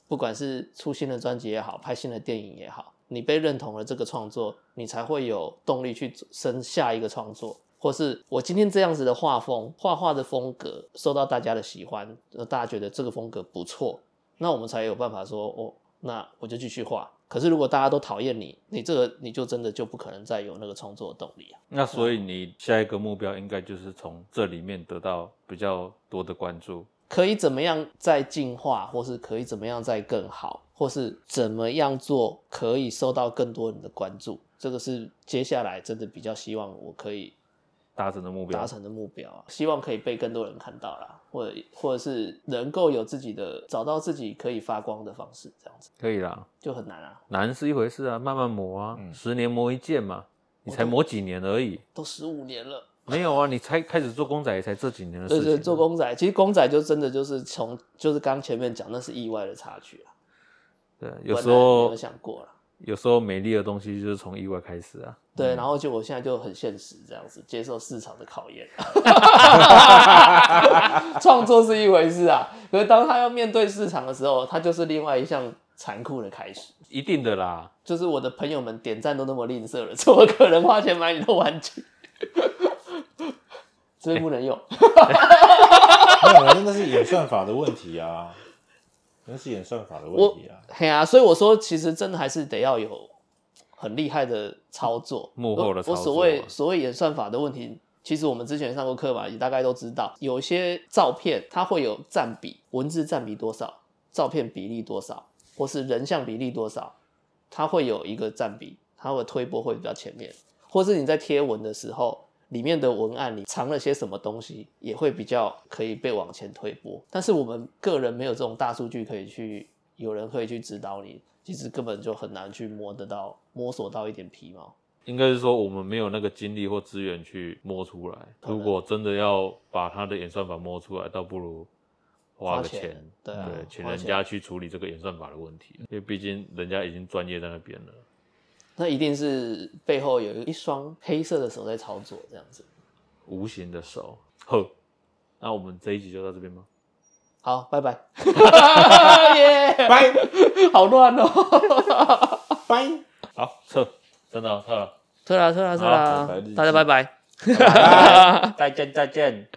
S1: 不管是出新的专辑也好，拍新的电影也好，你被认同了这个创作，你才会有动力去生下一个创作，或是我今天这样子的画风、画画的风格受到大家的喜欢，呃大家觉得这个风格不错，那我们才有办法说哦，那我就继续画。可是如果大家都讨厌你，你这个你就真的就不可能再有那个创作的动力啊。
S3: 那所以你下一个目标应该就是从这里面得到比较多的关注。
S1: 可以怎么样再进化，或是可以怎么样再更好，或是怎么样做可以受到更多人的关注，这个是接下来真的比较希望我可以
S3: 达成的目标
S1: 达，成的目标啊，希望可以被更多人看到啦，或者或者是能够有自己的找到自己可以发光的方式，这样子
S3: 可以啦，
S1: 就很难啊，
S3: 难是一回事啊，慢慢磨啊，
S2: 嗯
S3: 十年磨一剑嘛，你
S1: 我
S3: 才
S1: 都
S3: 磨几年而已，
S1: 都十五年了。
S3: 没有啊，你才开始做公仔也才这几年的事
S1: 对
S3: 情、啊
S1: 对，做，公仔，其实公仔就真的就是从就是刚前面讲，那是意外的差距啊，
S3: 对，
S1: 本
S3: 有
S1: 来
S3: 时候
S1: 没有想过啦。
S3: 有时候美丽的东西就是从意外开始啊。
S1: 对，然后就我现在就很现实，这样子接受市场的考验。创作是一回事啊，可是当他要面对市场的时候，他就是另外一项残酷的开始。
S3: 一定的啦，
S1: 就是我的朋友们点赞都那么吝啬了，怎 么可能花钱买你的玩具？这边不能用，
S2: 没有，那那是演算法的问题啊，那是演算法的问题啊。
S1: 嘿啊，所以我说，其实真的还是得要有很厉害的操作，呃
S3: 幕后的操作
S1: 我我所谓所谓演算法的问题，其实我们之前上过课嘛，也大概都知道，有些照片它会有占比，文字占比多少，照片比例多少，或是人像比例多少，它会有一个占比，它会推波会比较前面，或是你在贴文的时候。里面的文案里藏了些什么东西，也会比较可以被往前推波。但是我们个人没有这种大数据可以去，有人可以去指导你，其实根本就很难去摸得到、摸索到一点皮毛。
S3: 应该是说我们没有那个精力或资源去摸出来。
S1: 可能
S3: 如果真的要把他的演算法摸出来，倒不如花个
S1: 花钱对啊
S3: 对，请
S1: 花
S3: 人
S1: 钱
S3: 家去处理这个演算法的问题，因为毕竟人家已经专业在那边了。
S1: 那一定是背后有一双黑色的手在操作，这样子。
S3: 无形的手，呵，那我们这一集就到这边吗？
S1: 好，拜拜。 耶，
S2: 拜
S1: 好乱 哦。
S2: 拜。
S3: 好，撤，真的哦撤了，
S1: 啊撤啦，撤啦，撤
S3: 啦
S1: 啦
S2: 好拜拜，
S1: 大家拜拜。
S3: 再见，再见。